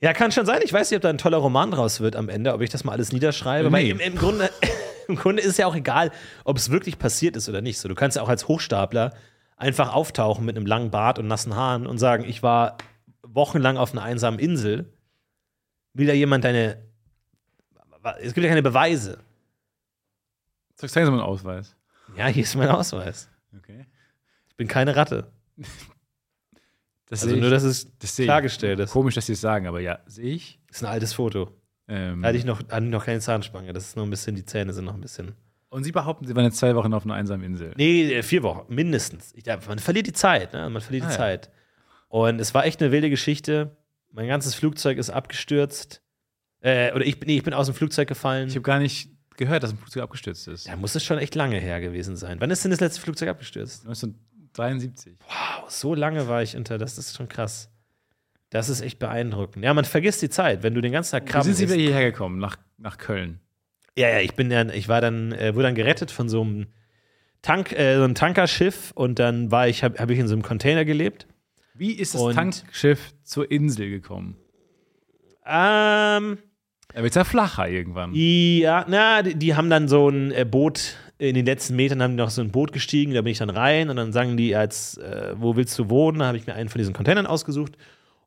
Ja, kann schon sein. Ich weiß nicht, ob da ein toller Roman draus wird am Ende, ob ich das mal alles niederschreibe. Nee. Weil im, im, Grunde, im Grunde ist es ja auch egal, ob es wirklich passiert ist oder nicht. So, du kannst ja auch als Hochstapler einfach auftauchen mit einem langen Bart und nassen Haaren und sagen, ich war wochenlang auf einer einsamen Insel. Will da jemand deine. Es gibt ja keine Beweise. Zeig zeig uns mal einen Ausweis. Ja, hier ist mein Ausweis. Okay. Ich bin keine Ratte. Das Also sehe ich. nur, dass es das sehe ich. klargestellt ist. Komisch, dass sie es sagen, aber ja, sehe ich. Das ist ein altes Foto. Ähm, Da hatte Halt ich noch, hatte ich noch keine Zahnspange. Das ist nur ein bisschen, die Zähne sind noch ein bisschen. und sie behaupten, sie waren jetzt zwei Wochen auf einer einsamen Insel. Nee, äh, vier Wochen, mindestens. Ich, glaub, man verliert die Zeit, ne? Man verliert Ah, die ja. Zeit. Und es war echt eine wilde Geschichte. Mein ganzes Flugzeug ist abgestürzt. Äh, oder ich bin, nee, ich bin aus dem Flugzeug gefallen. Ich habe gar nicht gehört, dass ein Flugzeug abgestürzt ist. da muss es schon echt lange her gewesen sein. Wann ist denn das letzte Flugzeug abgestürzt? 1973. Wow, so lange war ich unter. Das ist schon krass. Das ist echt beeindruckend. Ja, man vergisst die Zeit, wenn du den ganzen Tag Wie krabben sind sie isst. wieder hierher gekommen? Nach, nach Köln. Ja, ja, ich bin dann, ich war dann, äh, wurde dann gerettet von so einem Tank, äh, so einem Tankerschiff und dann war ich, habe hab ich in so einem Container gelebt. Wie ist das Und- Tankschiff zur Insel gekommen? Ähm, Er wird ja flacher irgendwann. Ja, na, die, die haben dann so ein äh, Boot, in den letzten Metern haben die noch so ein Boot gestiegen, da bin ich dann rein und dann sagen die als, äh, wo willst du wohnen? Da habe ich mir einen von diesen Containern ausgesucht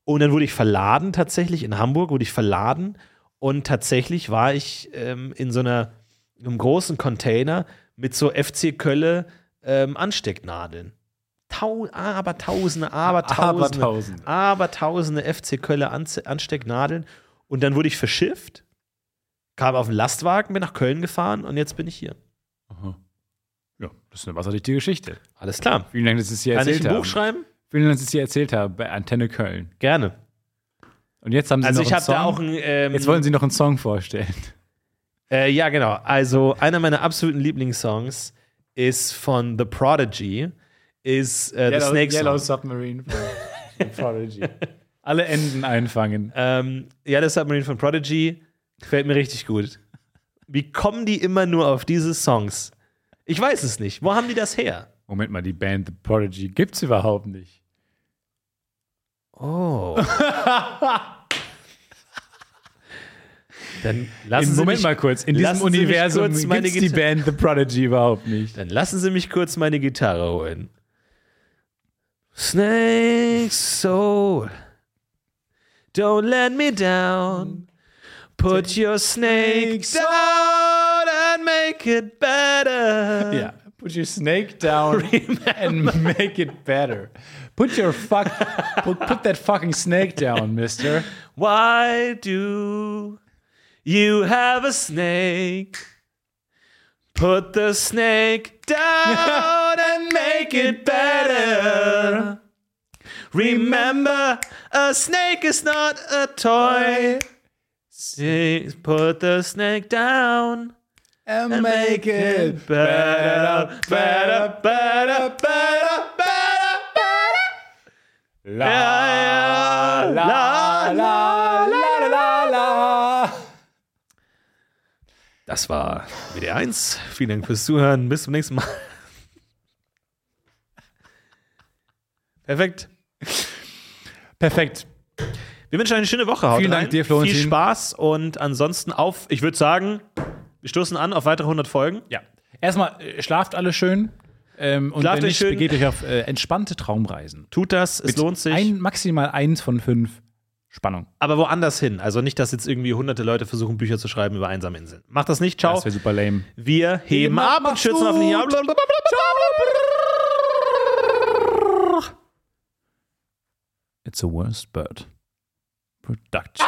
und dann wurde ich verladen tatsächlich, in Hamburg wurde ich verladen und tatsächlich war ich ähm, in so einer, einem großen Container mit so FC Kölle ähm, Anstecknadeln. Tau aber Tausende, aber Tausende, Abertausende. aber Tausende FC Kölle Anze- Anstecknadeln und dann wurde ich verschifft kam auf den Lastwagen, bin nach Köln gefahren und jetzt bin ich hier. Aha. Ja, das ist eine wasserdichte Geschichte. Alles klar. Vielen Dank, dass Sie es hier Kann ich erzählt ein Buch haben. schreiben? Vielen Dank, dass Sie es hier erzählt haben bei Antenne Köln. Gerne. Und jetzt haben Sie Also noch ich einen habe Song. da auch ein. Ähm, jetzt wollen Sie noch einen Song vorstellen. äh, ja, genau. Also einer meiner absoluten Lieblingssongs ist von The Prodigy, ist äh, The Snake Song. Submarine. Prodigy. Alle Enden einfangen. Ähm, Yellow Submarine von Prodigy gefällt mir richtig gut. Wie kommen die immer nur auf diese Songs? Ich weiß es nicht. Wo haben die das her? Moment mal, die Band The Prodigy gibt's überhaupt nicht. Oh. Dann lassen Sie Moment mich, mal kurz. In diesem lassen Sie mich Universum kurz meine gibt's die Gitarre- Band The Prodigy überhaupt nicht. Dann lassen Sie mich kurz meine Gitarre holen. Snake Soul, don't let me down. Put your snake down and make it better. Ja. Put your snake down and make it better. Put your fuck, put, put that fucking snake down, mister. Why do you have a snake? Put the snake down and make it better. Remember, a snake is not a toy. Please Put the snake down And and make it better, better, better, better, better, better. La, la, la, la, la, la. Das war WD1. Vielen Dank fürs Zuhören. Bis zum nächsten Mal. Perfekt. Perfekt. Wir wünschen euch eine schöne Woche. Haut Vielen Dank rein. dir, Florentin. Viel Spaß und ansonsten auf, ich würde sagen, wir stoßen an auf weitere 100 Folgen. Ja. Erstmal äh, schlaft alle schön. Ähm, und Schlaft wenn euch nicht, schön. begeht euch auf äh, entspannte Traumreisen. Tut das, es lohnt sich. Ein, maximal eins von fünf Spannung. aber woanders hin. Also nicht, dass jetzt irgendwie hunderte Leute versuchen, Bücher zu schreiben über einsame Inseln. Macht das nicht, ciao. Das wäre super lame. wir heben Heben ab ab, und schützen auf den macht's Ciao. It's a worst bird. Production.